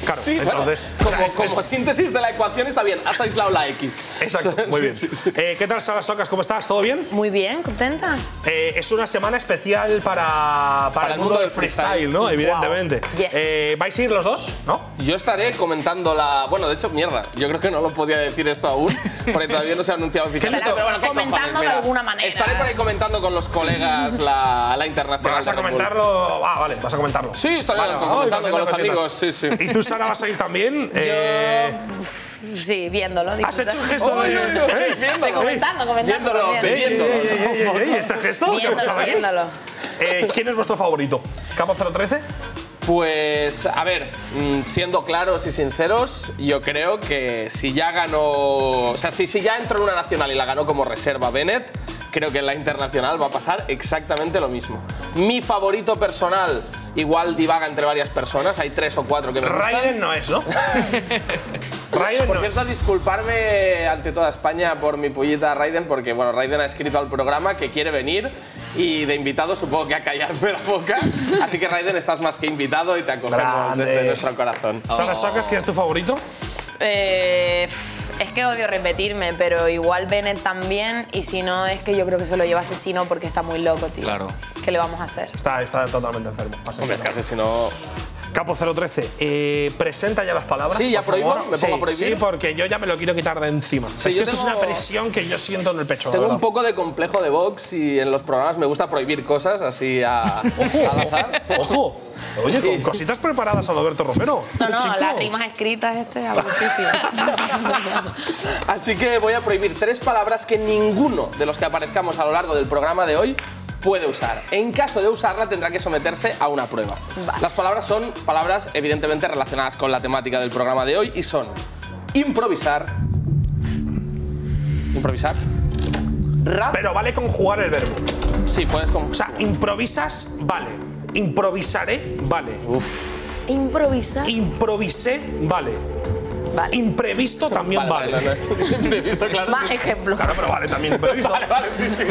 [SPEAKER 1] Claro, entonces…
[SPEAKER 3] Bueno,
[SPEAKER 1] *laughs*
[SPEAKER 3] como, como síntesis de la ecuación está bien, has aislado la X.
[SPEAKER 1] Exacto, muy *laughs* bien.
[SPEAKER 3] Sí, sí,
[SPEAKER 1] Eh, ¿Qué tal, Sara Socas? ¿Cómo estás? ¿Todo bien?
[SPEAKER 10] Muy bien, contenta.
[SPEAKER 1] Eh, es una semana especial para, para, el mundo del freestyle, ¿no? Evidentemente.
[SPEAKER 10] Yes.
[SPEAKER 1] Eh, ¿Vais a ir los dos? ¿No?
[SPEAKER 3] Yo estaré comentando la. Bueno, de hecho, mierda. Yo creo que no lo podía decir esto aún, porque todavía no se
[SPEAKER 10] *laughs*
[SPEAKER 3] ha anunciado oficialmente.
[SPEAKER 1] listo.
[SPEAKER 3] pero bueno, ¿qué
[SPEAKER 10] Comentando
[SPEAKER 3] cojones?
[SPEAKER 10] de
[SPEAKER 3] Mira,
[SPEAKER 10] alguna manera.
[SPEAKER 3] Estaré por ahí comentando con los colegas la, la
[SPEAKER 1] Pero
[SPEAKER 3] internacional.
[SPEAKER 1] vas a
[SPEAKER 3] de Red Bull.
[SPEAKER 1] comentarlo. Ah, vale, vas a comentarlo.
[SPEAKER 3] Sí, estaré
[SPEAKER 1] Vale, vale,
[SPEAKER 3] comentando
[SPEAKER 1] vale,
[SPEAKER 3] con los
[SPEAKER 1] vale,
[SPEAKER 3] amigos,
[SPEAKER 1] vale.
[SPEAKER 3] sí, sí.
[SPEAKER 1] ¿Y tú, Sara, vas a ir también? Eh,
[SPEAKER 10] Sí, viéndolo.
[SPEAKER 1] ¿Has hecho un gesto de.? ¡Ey!
[SPEAKER 3] Viéndolo,
[SPEAKER 10] comentando, comentando,
[SPEAKER 3] viéndolo,
[SPEAKER 10] comentando.
[SPEAKER 3] viéndolo.
[SPEAKER 1] ey, ey, ey, Eh, ey, ey, ¿Este gesto? ¿Qué os ha venido? Eh, ¿Quién es vuestro favorito? ¿Capo 013?
[SPEAKER 3] Pues, a ver, mm, siendo claros y sinceros, yo creo que si ya ganó. O sea, si, si ya entró en una nacional y la ganó como reserva Bennett, creo que en la internacional va a pasar exactamente lo mismo. Mi favorito personal, igual divaga entre varias personas, hay tres o cuatro que me gustan.
[SPEAKER 1] Raiden no es,
[SPEAKER 3] *laughs*
[SPEAKER 1] ¿no? Raiden
[SPEAKER 3] Por cierto, disculparme ante toda España por mi pullita a Raiden, porque bueno, Raiden ha escrito al programa que quiere venir y de invitado supongo que a callarme la boca. Así que Raiden, estás más que invitado y te acogemos
[SPEAKER 1] Grande.
[SPEAKER 3] desde nuestro corazón.
[SPEAKER 1] ¿Sara Sacas, que es tu favorito?
[SPEAKER 8] Eh, pf, es que odio repetirme, pero igual Bennett también. Y si no, es que yo creo que se lo lleva asesino porque está muy loco, tío.
[SPEAKER 1] Claro.
[SPEAKER 8] ¿Qué le vamos a hacer?
[SPEAKER 1] Está, está totalmente enfermo.
[SPEAKER 3] Hombre, es que asesino.
[SPEAKER 1] Capo 013, eh, presenta ya las palabras.
[SPEAKER 3] Sí, ya
[SPEAKER 1] por
[SPEAKER 3] prohíbo,
[SPEAKER 1] favor.
[SPEAKER 3] me pongo
[SPEAKER 1] Sí,
[SPEAKER 3] a prohibir.
[SPEAKER 1] Sí, porque yo ya me lo quiero quitar de encima.
[SPEAKER 3] Sí,
[SPEAKER 1] es que
[SPEAKER 3] yo
[SPEAKER 1] esto es
[SPEAKER 3] tengo-
[SPEAKER 1] una presión que yo siento en el pecho.
[SPEAKER 3] Tengo
[SPEAKER 1] la
[SPEAKER 3] un poco de complejo de box y en los programas me gusta prohibir cosas así a,
[SPEAKER 1] *laughs*
[SPEAKER 3] al azar.
[SPEAKER 1] Ojo, oye, con cositas preparadas a Roberto Romero.
[SPEAKER 8] No, no, las rimas escritas, este es aburridísimo.
[SPEAKER 3] Así que voy a prohibir tres palabras que ninguno de los que aparezcamos a lo largo del programa de hoy puede usar. En caso de usarla tendrá que someterse a una prueba. Las palabras son palabras evidentemente relacionadas con la temática del programa de hoy y son improvisar, improvisar, rap.
[SPEAKER 1] Pero vale conjugar el verbo.
[SPEAKER 3] Sí, puedes conjugar.
[SPEAKER 1] O sea, improvisas, vale. Improvisaré, vale.
[SPEAKER 8] *laughs* Improvisar.
[SPEAKER 1] Improvisé, vale.
[SPEAKER 8] Vale.
[SPEAKER 1] Imprevisto también vale.
[SPEAKER 3] *laughs* vale, no, no, es imprevisto, claro.
[SPEAKER 8] Más ejemplos.
[SPEAKER 1] Claro, pero vale también imprevisto.
[SPEAKER 3] *laughs* Vale, vale, sí, sí.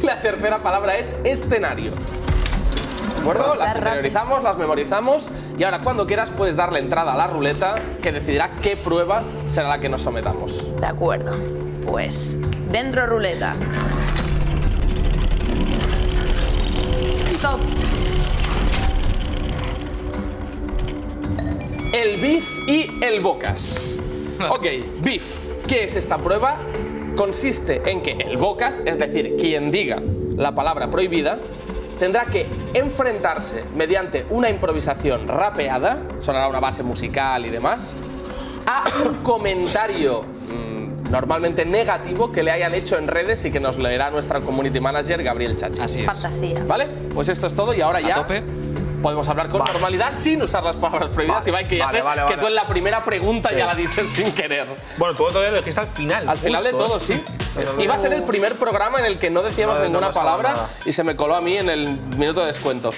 [SPEAKER 3] Y *laughs* La tercera palabra es escenario. ¿De acuerdo? Las interiorizamos, las memorizamos y ahora cuando quieras puedes darle entrada a la ruleta que decidirá qué prueba será la que nos sometamos.
[SPEAKER 8] De acuerdo. Pues, dentro ruleta. Stop.
[SPEAKER 3] El beef y el bocas. Ok, beef. ¿Qué es esta prueba? Consiste en que el bocas, es decir, quien diga la palabra prohibida, tendrá que enfrentarse mediante una improvisación rapeada, sonará una base musical y demás, a un comentario mm, normalmente negativo que le hayan hecho en redes y que nos leerá nuestra community manager Gabriel Chachi. Así
[SPEAKER 8] Fantasía.
[SPEAKER 3] ¿Vale? Pues esto es todo y ahora ya podemos hablar con normalidad sin usar las palabras prohibidas.
[SPEAKER 1] Vale,
[SPEAKER 3] Ibai, que ya
[SPEAKER 1] vale,
[SPEAKER 3] sé
[SPEAKER 1] vale,
[SPEAKER 3] que
[SPEAKER 1] vale.
[SPEAKER 3] tú en la primera pregunta
[SPEAKER 1] Sí.
[SPEAKER 3] ya la dices sin querer.
[SPEAKER 1] Bueno, tú todavía lo dijiste al final.
[SPEAKER 3] Al final de
[SPEAKER 1] justo,
[SPEAKER 3] todo,
[SPEAKER 1] ¿eh?
[SPEAKER 3] sí.
[SPEAKER 1] Pero *laughs* no-
[SPEAKER 3] Iba a ser el primer programa en el que no decíamos
[SPEAKER 1] No, no
[SPEAKER 3] ninguna
[SPEAKER 1] pasaba
[SPEAKER 3] palabra
[SPEAKER 1] nada.
[SPEAKER 3] y se me coló a mí en el minuto de descuento.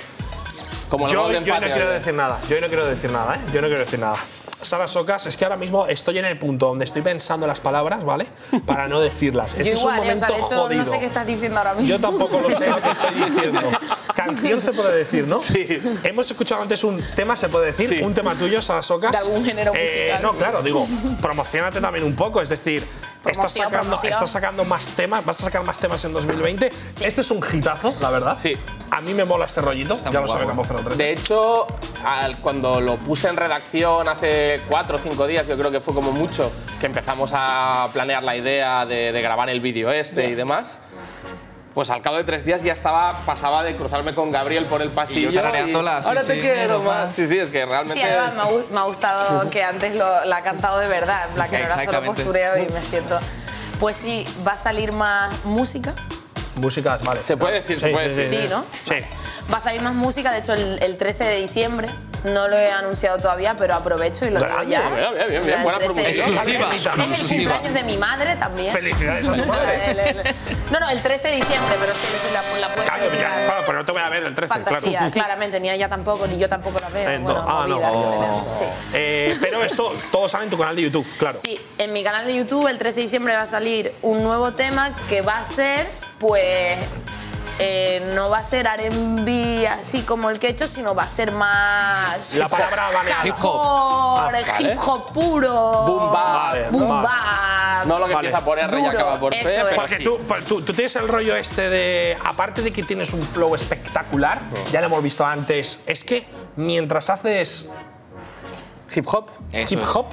[SPEAKER 3] Como el
[SPEAKER 1] yo,
[SPEAKER 3] gol de
[SPEAKER 1] yo
[SPEAKER 3] empate.
[SPEAKER 1] no quiero decir nada, yo no quiero decir nada, ¿eh? Yo no quiero decir nada. Sara Socas, es que ahora mismo estoy en el punto donde estoy pensando las palabras, ¿vale? Para no decirlas. Este
[SPEAKER 8] yo igual, eh,
[SPEAKER 1] es un
[SPEAKER 8] o sea,
[SPEAKER 1] momento
[SPEAKER 8] de hecho,
[SPEAKER 1] jodido.
[SPEAKER 8] no sé qué estás diciendo ahora mismo.
[SPEAKER 1] Yo tampoco lo sé lo que estoy diciendo. Canción se puede decir, ¿no? Sí. Hemos escuchado antes un tema, se puede decir, un tema tuyo, Sara Socas.
[SPEAKER 8] De algún género musical.
[SPEAKER 1] No, claro, digo, promocionate también un poco, es decir. Estás
[SPEAKER 8] Promoción,
[SPEAKER 1] sacando,
[SPEAKER 8] promoción.
[SPEAKER 1] estás sacando más temas, vas a sacar más temas en 2020. Este es un hitazo, la verdad. Sí. A mí me mola este rollito, ya lo sabe Campo 03.
[SPEAKER 3] De hecho, al- cuando lo puse en redacción hace cuatro o cinco días, yo creo que fue como mucho, que empezamos a planear la idea de, de grabar el vídeo este y
[SPEAKER 8] Yes.
[SPEAKER 3] demás. Pues al cabo de tres días ya estaba, pasaba de cruzarme con Gabriel por el pasillo.
[SPEAKER 5] tarareándola, sí,
[SPEAKER 3] Ahora te
[SPEAKER 5] sí.
[SPEAKER 3] quiero
[SPEAKER 5] Quiero
[SPEAKER 3] más. Sí, sí, es que realmente.
[SPEAKER 8] Sí, además me ha gu- me ha
[SPEAKER 1] *laughs*
[SPEAKER 8] gustado que antes lo, la ha cantado de verdad, en plan que no era solo
[SPEAKER 3] Exactamente.
[SPEAKER 8] postureo y me siento. Pues sí, va a salir más música.
[SPEAKER 1] Músicas, vale.
[SPEAKER 3] Se puede decir, se puede decir.
[SPEAKER 8] Sí, ¿no?
[SPEAKER 1] Sí.
[SPEAKER 8] Va a salir más música, de hecho, el, el 13 de diciembre. No lo he anunciado todavía, pero aprovecho y lo digo
[SPEAKER 1] Grande,
[SPEAKER 8] ya.
[SPEAKER 3] Bien, bien, bien, bien, buena
[SPEAKER 8] El 13 de
[SPEAKER 3] promoción.
[SPEAKER 8] diciembre.
[SPEAKER 1] Exclusiva.
[SPEAKER 8] Es el cumpleaños de mi madre también. *laughs*
[SPEAKER 1] Felicidades a tu madre.
[SPEAKER 8] El- el- No, no, el 13 de diciembre, pero sí, sí, la, la puedo
[SPEAKER 1] Claro,
[SPEAKER 8] decir,
[SPEAKER 1] ya,
[SPEAKER 8] la-
[SPEAKER 1] claro, pero no te voy a ver el 13,
[SPEAKER 8] Eh, Fantasía,
[SPEAKER 1] claro.
[SPEAKER 8] claramente, ni ella tampoco, ni yo tampoco la veo.
[SPEAKER 1] Ento-
[SPEAKER 8] bueno,
[SPEAKER 1] ah, no.
[SPEAKER 8] movida, yo creo, sí.
[SPEAKER 1] Eh, pero esto, todo sale en tu canal de YouTube, claro.
[SPEAKER 8] Sí, en mi canal de YouTube el 13 de diciembre va a salir un nuevo tema que va a ser, pues, eh, no va a ser R&B así como el que he hecho, sino va a ser más...
[SPEAKER 1] La palabra baneada.
[SPEAKER 8] Hip hop,
[SPEAKER 3] vale.
[SPEAKER 8] hip hop puro.
[SPEAKER 3] Boom bap.
[SPEAKER 1] Vale,
[SPEAKER 8] Boom
[SPEAKER 1] vale.
[SPEAKER 8] bap.
[SPEAKER 3] No lo que
[SPEAKER 1] Vale.
[SPEAKER 3] empieza por R y
[SPEAKER 8] Duro,
[SPEAKER 3] acaba por P,
[SPEAKER 8] eso es.
[SPEAKER 3] pero
[SPEAKER 1] Porque
[SPEAKER 3] sí.
[SPEAKER 1] tú, pues, tú, tú tienes el rollo este de. Aparte de que tienes un flow espectacular, ya lo hemos visto antes, es que mientras haces
[SPEAKER 3] Hip hop.
[SPEAKER 5] Eso
[SPEAKER 1] hip
[SPEAKER 5] es.
[SPEAKER 1] hop,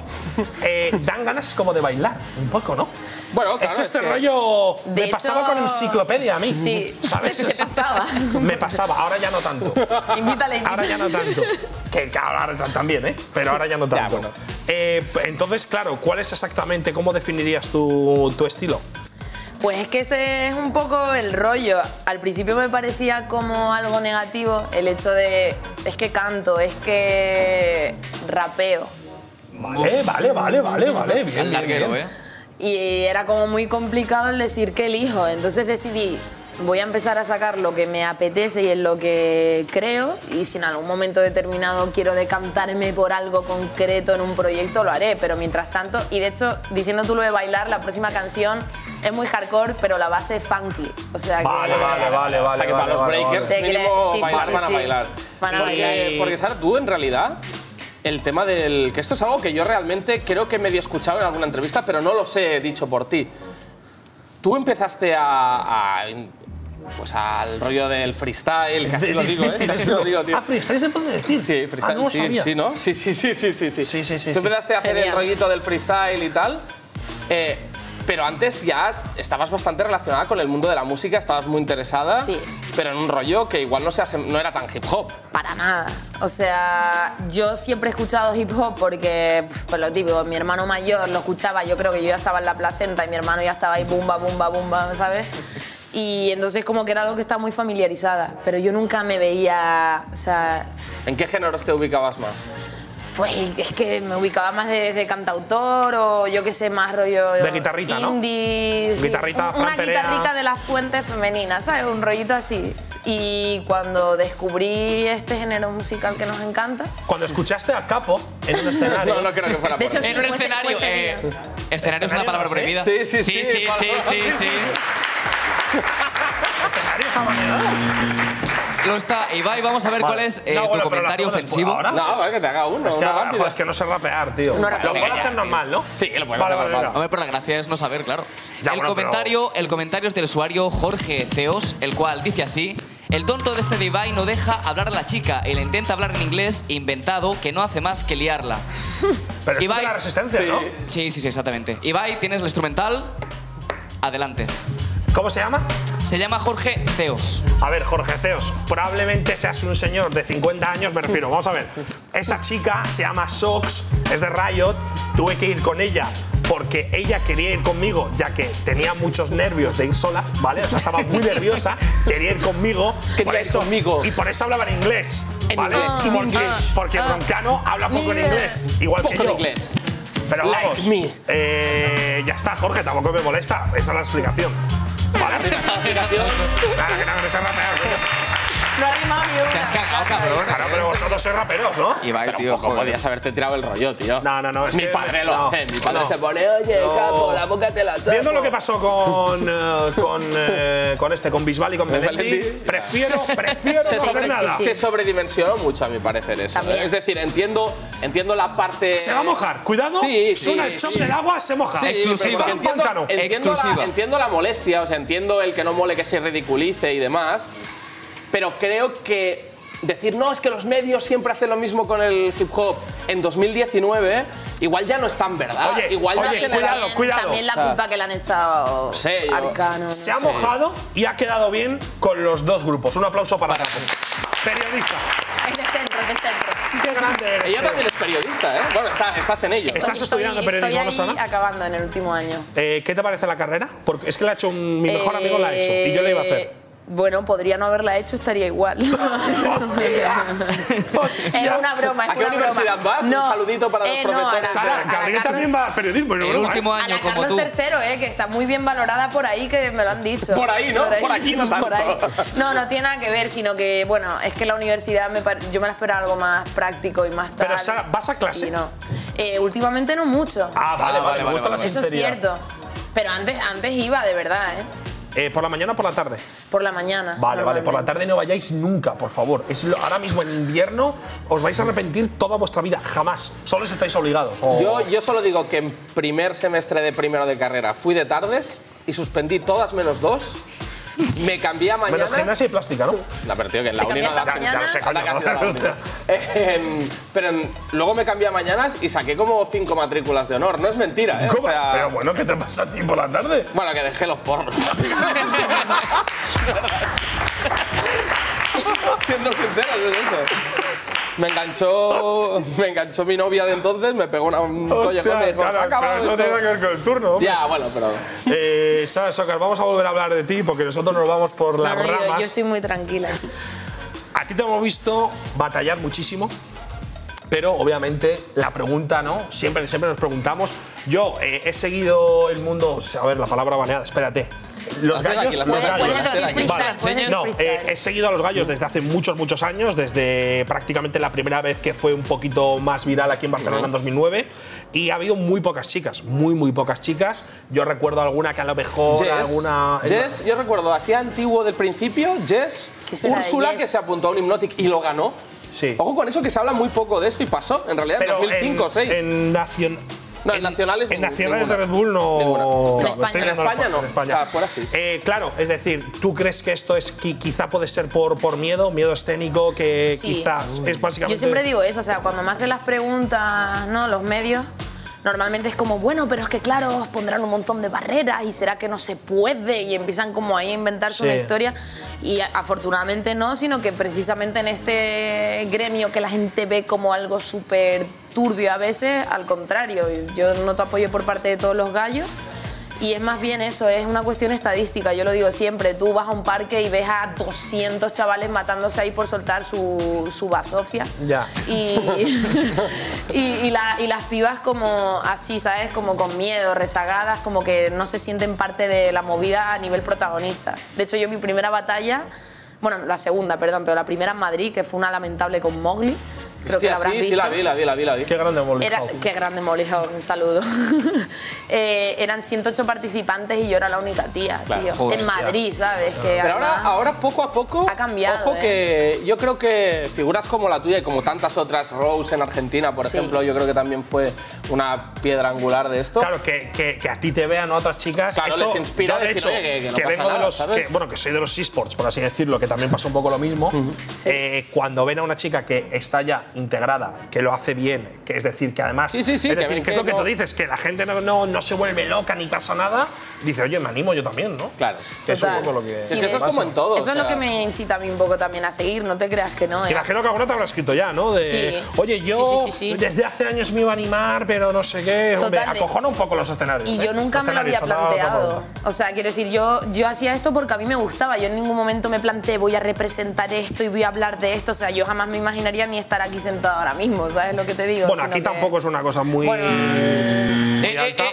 [SPEAKER 1] eh, dan ganas como de bailar, un poco, ¿no?
[SPEAKER 3] Bueno,
[SPEAKER 1] es
[SPEAKER 3] claro,
[SPEAKER 1] este
[SPEAKER 3] que-
[SPEAKER 1] rollo.
[SPEAKER 8] De
[SPEAKER 1] me pasaba
[SPEAKER 8] hecho-
[SPEAKER 1] con enciclopedia a mí.
[SPEAKER 3] *laughs*
[SPEAKER 8] Sí,
[SPEAKER 1] ¿Sabes?
[SPEAKER 8] *laughs* te pasaba.
[SPEAKER 1] me pasaba, ahora ya no tanto.
[SPEAKER 8] Invítale, invítale.
[SPEAKER 1] Ahora ya no tanto. Que claro, ahora ta- también, ¿eh? Pero ahora ya no tanto.
[SPEAKER 3] bueno.
[SPEAKER 1] Eh, p- entonces, claro, ¿cuál es exactamente, cómo definirías tu, tu estilo?
[SPEAKER 8] Pues es que ese es un poco el rollo. Al principio me parecía como algo negativo el hecho de es que canto, es que rapeo.
[SPEAKER 1] Vale, Eh, vale, vale, vale, vale. Bien, bien, bien.
[SPEAKER 5] ¿eh?
[SPEAKER 8] Y era como muy complicado el decir que elijo. Entonces decidí, voy a empezar a sacar lo que me apetece y en lo que creo. Y si en algún momento determinado quiero decantarme por algo concreto en un proyecto, lo haré. Pero mientras tanto, y de hecho, diciendo tú lo de bailar, la próxima canción es muy hardcore, pero la base es funky. O sea que.
[SPEAKER 1] Vale, vale, vale, vale.
[SPEAKER 3] o sea que para
[SPEAKER 1] vale,
[SPEAKER 3] los
[SPEAKER 1] vale,
[SPEAKER 3] breakers
[SPEAKER 8] vale. Te
[SPEAKER 3] mínimo
[SPEAKER 8] crees- sí, sí,
[SPEAKER 3] bailar,
[SPEAKER 8] sí,
[SPEAKER 3] van a
[SPEAKER 8] sí.
[SPEAKER 3] bailar.
[SPEAKER 8] Van a
[SPEAKER 3] porque, eh,
[SPEAKER 8] bailar.
[SPEAKER 3] porque, Sara, tú en realidad, el tema del. que esto es algo que yo realmente creo que medio he escuchado en alguna entrevista, pero no lo sé dicho por ti. Tú empezaste a. a- pues al rollo del freestyle, casi lo digo, ¿eh? Casi lo
[SPEAKER 1] *laughs*
[SPEAKER 3] digo, tío.
[SPEAKER 1] Ah, freestyle se puede decir.
[SPEAKER 3] Sí, freestyle,
[SPEAKER 1] Ah, no lo
[SPEAKER 3] sí,
[SPEAKER 1] sabía.
[SPEAKER 3] sí, ¿no? Sí, sí, sí, sí, sí. sí.
[SPEAKER 1] sí,
[SPEAKER 3] Tú
[SPEAKER 1] sí.
[SPEAKER 3] empezaste a hacer el
[SPEAKER 1] Genial.
[SPEAKER 3] rollito del freestyle y tal, eh, pero antes ya estabas bastante relacionada con el mundo de la música, estabas muy interesada,
[SPEAKER 8] Sí.
[SPEAKER 3] pero en un rollo que igual no, se asem- no era tan hip hop.
[SPEAKER 8] Para nada. O sea, yo siempre he escuchado hip hop porque, pf, pues lo típico, mi hermano mayor lo escuchaba, yo creo que yo ya estaba en la placenta y mi hermano ya estaba ahí, bumba, bumba, bumba, ¿sabes? Y entonces como que era algo que estaba muy familiarizada, pero yo nunca me veía, o sea,
[SPEAKER 3] ¿En qué géneros te ubicabas más? *laughs*
[SPEAKER 8] pues es que me ubicaba más de, de cantautor o yo qué sé, más rollo...
[SPEAKER 1] De guitarrita, ¿no?
[SPEAKER 8] indie, sí.
[SPEAKER 1] Guitarrita,
[SPEAKER 8] Un- Una
[SPEAKER 1] Fran Perea.
[SPEAKER 8] guitarrita de las fuentes femeninas, ¿sabes? Un rollito así. Y cuando descubrí este género musical que nos encanta,
[SPEAKER 5] eh.
[SPEAKER 1] Cuando escuchaste a Capo en un escenario.
[SPEAKER 3] No, no creo que
[SPEAKER 1] *laughs*
[SPEAKER 3] fuera
[SPEAKER 8] De por hecho, ahí. sí,
[SPEAKER 5] en un
[SPEAKER 8] fuese-
[SPEAKER 5] escenario.
[SPEAKER 8] fuese
[SPEAKER 5] eh, escenario es una
[SPEAKER 1] ¿Escenario
[SPEAKER 5] palabra
[SPEAKER 1] no, sí?
[SPEAKER 5] prohibida.
[SPEAKER 3] Sí, sí, sí,
[SPEAKER 5] Sí, sí,
[SPEAKER 3] palabra-
[SPEAKER 5] sí, sí, sí. Lo está. Ibai, vamos a ver
[SPEAKER 1] Vale.
[SPEAKER 5] *laughs* cuál es eh,
[SPEAKER 1] No,
[SPEAKER 5] tu
[SPEAKER 1] bueno, pero lo
[SPEAKER 5] comentario
[SPEAKER 1] hacemos después.
[SPEAKER 5] ofensivo.
[SPEAKER 1] ¿Ahora?
[SPEAKER 3] No, vale, que te haga uno.
[SPEAKER 1] es, que,
[SPEAKER 3] uno
[SPEAKER 1] ahora,
[SPEAKER 3] rápido.
[SPEAKER 1] joder, es que no sé rapear, tío.
[SPEAKER 8] No
[SPEAKER 1] lo
[SPEAKER 8] rápido.
[SPEAKER 1] puedo hacer normal, ¿no?
[SPEAKER 3] Sí, lo podemos
[SPEAKER 1] Vale,
[SPEAKER 3] hacer
[SPEAKER 1] vale,
[SPEAKER 3] normal.
[SPEAKER 1] venga.
[SPEAKER 5] Hombre, pero la gracia es no saber, claro.
[SPEAKER 1] Ya,
[SPEAKER 5] el,
[SPEAKER 1] bueno, pero-
[SPEAKER 5] comentario, el comentario es del usuario Jorge Ceos, el cual dice así. El tonto de este de Ibai no deja hablar a la chica y le intenta hablar en inglés inventado que no hace más que liarla.
[SPEAKER 1] Pero eso es de
[SPEAKER 5] Ibai-
[SPEAKER 1] la resistencia,
[SPEAKER 3] Sí.
[SPEAKER 1] ¿no?
[SPEAKER 5] Sí, sí, sí, exactamente. Ibai, tienes el instrumental. Adelante.
[SPEAKER 1] ¿Cómo se llama?
[SPEAKER 5] Se llama Jorge Ceos.
[SPEAKER 1] A ver, Jorge Ceos, probablemente seas un señor de 50 años, me refiero. Vamos a ver. Esa chica se llama Sox, es de Riot. Tuve que ir con ella porque ella quería ir conmigo, ya que tenía muchos nervios de ir sola, ¿vale? O sea, estaba
[SPEAKER 3] *laughs*
[SPEAKER 1] muy nerviosa, quería ir conmigo.
[SPEAKER 3] Quería
[SPEAKER 1] por
[SPEAKER 3] ir conmigo.
[SPEAKER 1] Y por eso hablaba en inglés. ¿Vale?
[SPEAKER 3] inglés, in
[SPEAKER 1] porque,
[SPEAKER 3] English.
[SPEAKER 1] porque Broncano habla poco en inglés, igual que
[SPEAKER 3] Poco en
[SPEAKER 1] yo.
[SPEAKER 3] inglés.
[SPEAKER 1] Pero
[SPEAKER 3] Like
[SPEAKER 1] vamos,
[SPEAKER 3] me.
[SPEAKER 1] eh, ya está, Jorge, tampoco me molesta. Esa es la explicación.
[SPEAKER 3] *laughs*
[SPEAKER 1] ¿Vale? Claro, que no, que no soy rapero, coño.
[SPEAKER 8] no arrimaba ni una.
[SPEAKER 5] Te has cagado, cabrón.
[SPEAKER 1] Claro, pero vosotros sois raperos, ¿no?
[SPEAKER 5] Ibai,
[SPEAKER 3] Pero
[SPEAKER 5] tío,
[SPEAKER 3] poco
[SPEAKER 5] joder.
[SPEAKER 3] podías haberte tirado el rollo, tío.
[SPEAKER 1] No, no, no, es
[SPEAKER 3] mi
[SPEAKER 1] que-
[SPEAKER 3] padre lo
[SPEAKER 1] no,
[SPEAKER 3] hace. Mi padre
[SPEAKER 1] no.
[SPEAKER 3] se pone, oye,
[SPEAKER 1] No.
[SPEAKER 3] capo, la boca te la chapo.
[SPEAKER 1] Viendo lo que pasó con, eh, con, eh, con este, con Bisbal y con
[SPEAKER 3] Con
[SPEAKER 1] Melendi,
[SPEAKER 3] Melendi.
[SPEAKER 1] prefiero, prefiero
[SPEAKER 3] se,
[SPEAKER 1] no
[SPEAKER 8] sí,
[SPEAKER 1] saber
[SPEAKER 8] sí,
[SPEAKER 1] nada.
[SPEAKER 8] sí.
[SPEAKER 3] se sobredimensionó mucho, a mi parecer, eso. ¿eh?
[SPEAKER 8] También.
[SPEAKER 3] Es decir, entiendo, entiendo la parte.
[SPEAKER 1] Se va a mojar, cuidado,
[SPEAKER 3] Sí, sí,
[SPEAKER 1] suena el
[SPEAKER 3] sí.
[SPEAKER 1] chop del agua, se moja.
[SPEAKER 3] Sí,
[SPEAKER 5] Exclusiva.
[SPEAKER 3] pero porque Entiendo,
[SPEAKER 1] Broncano.
[SPEAKER 3] entiendo la,
[SPEAKER 5] Exclusiva.
[SPEAKER 3] entiendo la molestia, o sea, entiendo el que no mole que se ridiculice y demás, pero creo que decir, no, es que los medios siempre hacen lo mismo con el hip hop en 2019, igual ya no es tan verdad.
[SPEAKER 1] Oye,
[SPEAKER 3] igual ya
[SPEAKER 1] oye,
[SPEAKER 3] se le da-
[SPEAKER 1] cuidado, cuidado.
[SPEAKER 8] También la culpa que le han echado
[SPEAKER 3] Sí, yo-
[SPEAKER 8] Arcano. no
[SPEAKER 1] Se ha
[SPEAKER 8] sé.
[SPEAKER 1] mojado y ha quedado bien con los dos grupos. Un aplauso para,
[SPEAKER 5] Para.
[SPEAKER 1] Paco. Periodista,
[SPEAKER 8] Es de centro, es de centro.
[SPEAKER 1] qué grande eres.
[SPEAKER 3] Ella
[SPEAKER 1] tío.
[SPEAKER 3] también es periodista, ¿eh? Bueno, está- estás en ello.
[SPEAKER 1] ¿Estás
[SPEAKER 8] Estoy-
[SPEAKER 1] estudiando
[SPEAKER 8] estoy,
[SPEAKER 1] periodismo,
[SPEAKER 8] estoy ahí
[SPEAKER 1] Rosana?
[SPEAKER 8] acabando en el último año.
[SPEAKER 1] Eh, ¿Qué te parece la carrera? Porque es que la ha hecho un- mi mejor amigo la ha hecho y yo la iba a
[SPEAKER 8] Eh,
[SPEAKER 1] hacer.
[SPEAKER 8] Bueno, podría no haberla hecho, estaría igual.
[SPEAKER 1] *laughs* ¡Hostia!
[SPEAKER 8] es una broma, es
[SPEAKER 3] ¿A qué
[SPEAKER 8] una
[SPEAKER 3] universidad
[SPEAKER 8] broma.
[SPEAKER 3] vas? Un saludito para los
[SPEAKER 8] no, a la-
[SPEAKER 3] profesores.
[SPEAKER 8] a la
[SPEAKER 1] Sara, Gabriel
[SPEAKER 8] Carmen-
[SPEAKER 1] también va a periodismo. no
[SPEAKER 5] El
[SPEAKER 1] broma, ¿eh?
[SPEAKER 5] último
[SPEAKER 8] A
[SPEAKER 5] año,
[SPEAKER 8] la
[SPEAKER 5] como
[SPEAKER 8] Carlos
[SPEAKER 5] tú.
[SPEAKER 8] III, eh, que está muy bien valorada por ahí, que me lo han dicho.
[SPEAKER 3] Por ahí, ¿no? Por
[SPEAKER 8] *laughs*
[SPEAKER 3] aquí no tanto.
[SPEAKER 8] No, no tiene nada que ver, sino que, bueno, es que la universidad me par- yo me la esperaba algo más práctico y más tal.
[SPEAKER 1] Pero, Sara, ¿vas a clase?
[SPEAKER 8] y no. Eh, últimamente no mucho.
[SPEAKER 1] Ah, vale,
[SPEAKER 5] Ah,
[SPEAKER 1] vale,
[SPEAKER 5] vale,
[SPEAKER 1] me gusta
[SPEAKER 5] vale,
[SPEAKER 1] la
[SPEAKER 5] vale.
[SPEAKER 8] Eso es
[SPEAKER 1] sinceridad.
[SPEAKER 8] cierto. Pero antes, antes iba, de verdad, ¿eh?
[SPEAKER 1] Eh, ¿Por la mañana o por la tarde?
[SPEAKER 8] Por la mañana.
[SPEAKER 1] Vale, vale,
[SPEAKER 8] normalmente.
[SPEAKER 1] por la tarde no vayáis nunca, por favor. Es lo- ahora mismo en invierno os vais a arrepentir toda vuestra vida, jamás. Solo si estáis obligados. o-
[SPEAKER 3] Yo, yo solo digo que en primer semestre de primero de carrera fui de tardes y suspendí todas menos dos. Me cambié a mañana.
[SPEAKER 1] menos gimnasia y plástica, ¿no?
[SPEAKER 3] No, pero tío, que en la
[SPEAKER 8] ¿Te
[SPEAKER 3] uni no
[SPEAKER 8] cambiaste
[SPEAKER 3] da-
[SPEAKER 8] mañana? Ya
[SPEAKER 3] da-
[SPEAKER 8] lo sé,
[SPEAKER 3] da
[SPEAKER 1] coño,
[SPEAKER 3] casi nada,
[SPEAKER 1] hostia.
[SPEAKER 3] *laughs* Em, Pero en- luego me cambié a mañanas y saqué como cinco matrículas de honor. No es mentira, ¿eh? O
[SPEAKER 1] ¿Cómo?
[SPEAKER 3] sea,
[SPEAKER 1] Pero bueno, ¿qué te pasa a ti por la tarde?
[SPEAKER 3] bueno, que dejé
[SPEAKER 1] *laughs*
[SPEAKER 3] los porros. Siendo sinceros, es eso.
[SPEAKER 12] Me enganchó, me enganchó mi novia de entonces, me pegó una, un
[SPEAKER 1] Hostia,
[SPEAKER 12] collejón y me dijo,
[SPEAKER 1] claro,
[SPEAKER 12] "Se ha acabado
[SPEAKER 1] pero eso no tiene nada
[SPEAKER 12] esto".
[SPEAKER 1] que ver con el turno. hombre.
[SPEAKER 12] Ya, bueno, pero.
[SPEAKER 1] Eh, Sara Sokar, vamos a volver a hablar de ti porque nosotros nos vamos por las
[SPEAKER 8] No, no, yo-
[SPEAKER 1] ramas.
[SPEAKER 8] yo estoy muy tranquila.
[SPEAKER 1] A ti te hemos visto batallar muchísimo, pero obviamente la pregunta, ¿no? Siempre, siempre nos preguntamos. Yo eh, he seguido el mundo. A ver, la palabra baneada, espérate. Los
[SPEAKER 12] Hazla
[SPEAKER 1] gallos,
[SPEAKER 12] aquí,
[SPEAKER 1] los
[SPEAKER 12] hazla aquí,
[SPEAKER 1] gallos.
[SPEAKER 12] hazla aquí.
[SPEAKER 1] Vale.
[SPEAKER 12] Puedes
[SPEAKER 1] No,
[SPEAKER 12] freestyle.
[SPEAKER 1] eh, he seguido a los gallos desde hace muchos, muchos años, desde prácticamente la primera vez que fue un poquito más viral aquí en Barcelona en 2009. Y ha habido muy pocas chicas, muy, muy pocas chicas. Yo recuerdo alguna que a lo mejor.
[SPEAKER 12] Jess,
[SPEAKER 1] alguna,
[SPEAKER 12] Jess, yo recuerdo, así antiguo del principio, Jess,
[SPEAKER 1] será de
[SPEAKER 12] Úrsula
[SPEAKER 1] Jess?
[SPEAKER 12] que se apuntó a un Hypnotic y lo ganó.
[SPEAKER 1] Sí.
[SPEAKER 12] Ojo con eso que se habla muy poco de eso y pasó, en realidad,
[SPEAKER 1] Pero
[SPEAKER 12] en 2005 o 2006.
[SPEAKER 1] En, nacion-
[SPEAKER 12] no, en nacionales.
[SPEAKER 1] en
[SPEAKER 12] ni-
[SPEAKER 1] nacionales
[SPEAKER 12] ninguna.
[SPEAKER 1] de Red Bull no.
[SPEAKER 12] Ninguna.
[SPEAKER 1] no,
[SPEAKER 12] En
[SPEAKER 1] lo estoy
[SPEAKER 12] España.
[SPEAKER 1] viendo
[SPEAKER 12] En España
[SPEAKER 1] los-
[SPEAKER 12] no. Ah,
[SPEAKER 1] en España. Eh, claro, es decir, ¿tú crees que esto es qui- quizá puede ser por, por miedo, miedo escénico, que
[SPEAKER 8] Sí.
[SPEAKER 1] quizás es básicamente.
[SPEAKER 8] Yo siempre digo eso, o sea, cuando me hacen las preguntas, ¿no? Los medios, normalmente es como, bueno, pero es que claro, os pondrán un montón de barreras y será que no se puede y empiezan como ahí a inventarse una
[SPEAKER 13] Sí.
[SPEAKER 8] historia y a- afortunadamente no, sino que precisamente en este gremio que la gente ve como algo súper turbio a veces, al contrario, yo noto apoyo por parte de todos los gallos. Y es más bien eso, es una cuestión estadística, yo lo digo siempre, tú vas a un parque y ves a 200 chavales matándose ahí por soltar su, su bazofia.
[SPEAKER 1] Ya.
[SPEAKER 8] Y, *laughs* y, y la- y las pibas como así, ¿sabes? Como con miedo, rezagadas, como que no se sienten parte de la movida a nivel protagonista. De hecho, yo mi primera batalla, bueno, la segunda, perdón, pero la primera en Madrid, que fue una lamentable con Mowgli. Creo que
[SPEAKER 12] Hostia,
[SPEAKER 8] la habrás
[SPEAKER 12] sí,
[SPEAKER 8] visto.
[SPEAKER 12] sí, la vi, la vi, la vi, la vi.
[SPEAKER 1] Qué grande
[SPEAKER 8] Era, qué grande Molly Hawk, un saludo. *laughs* Eh, eran 108 participantes y yo era la única tía,
[SPEAKER 12] Claro,
[SPEAKER 8] tío.
[SPEAKER 12] joder,
[SPEAKER 8] en
[SPEAKER 12] hostia.
[SPEAKER 8] Madrid, ¿sabes? Que
[SPEAKER 12] Pero ahora,
[SPEAKER 8] además
[SPEAKER 12] ahora poco a poco,
[SPEAKER 8] ha cambiado.
[SPEAKER 12] ojo
[SPEAKER 8] ¿eh?
[SPEAKER 12] que yo creo que figuras como la tuya y como tantas otras, Rose en Argentina, por
[SPEAKER 8] Sí.
[SPEAKER 12] ejemplo, yo creo que también fue una piedra angular de esto.
[SPEAKER 1] Claro, que, que- que a ti te vean otras chicas.
[SPEAKER 12] Claro,
[SPEAKER 1] Esto,
[SPEAKER 12] les
[SPEAKER 1] yo,
[SPEAKER 12] inspira a
[SPEAKER 1] de
[SPEAKER 12] decir,
[SPEAKER 1] hecho,
[SPEAKER 12] "Oye, que- que no pasa
[SPEAKER 1] vengo
[SPEAKER 12] nada",
[SPEAKER 1] de los.
[SPEAKER 12] ¿sabes?
[SPEAKER 1] que- bueno, que soy de los esports, por así decirlo, que también pasa un poco lo mismo. Eh, cuando ven a una chica que está ya integrada, que lo hace bien, que es decir, que además.
[SPEAKER 12] Sí, sí, sí,
[SPEAKER 1] es
[SPEAKER 12] que
[SPEAKER 1] decir,
[SPEAKER 12] ven
[SPEAKER 1] que es
[SPEAKER 12] que
[SPEAKER 1] lo que
[SPEAKER 12] no-
[SPEAKER 1] tú dices, que la gente no, no, no se vuelve loca ni pasa nada, dice, oye, me animo yo también, ¿no?
[SPEAKER 12] Claro.
[SPEAKER 1] Es un
[SPEAKER 8] Total.
[SPEAKER 1] poco lo que.
[SPEAKER 8] Sí, de- Eso es lo que me incita a mí un poco también a seguir, no te creas que no.
[SPEAKER 1] Me
[SPEAKER 8] ¿eh?
[SPEAKER 1] imagino que alguna te habrá escrito ya, ¿no? De,
[SPEAKER 8] Sí.
[SPEAKER 1] oye, yo
[SPEAKER 8] Sí, sí, sí, sí.
[SPEAKER 1] desde hace años me iba a animar, pero no sé qué. Hombre,
[SPEAKER 8] Total, de-
[SPEAKER 1] acojona un poco los escenarios.
[SPEAKER 8] Y
[SPEAKER 1] ¿eh?
[SPEAKER 8] yo nunca
[SPEAKER 1] Los
[SPEAKER 8] me lo había
[SPEAKER 1] escenarios, sonaba
[SPEAKER 8] planteado.
[SPEAKER 1] como-
[SPEAKER 8] O sea, quiero decir, yo, yo hacía esto porque a mí me gustaba. Yo en ningún momento me planteé voy a representar esto y voy a hablar de esto. O sea, yo jamás me imaginaría ni estar aquí sentada ahora mismo, ¿sabes lo que te digo?
[SPEAKER 1] Bueno,
[SPEAKER 8] Sino
[SPEAKER 1] aquí
[SPEAKER 8] que-
[SPEAKER 1] tampoco es una cosa muy.
[SPEAKER 12] Eh,
[SPEAKER 1] muy alta.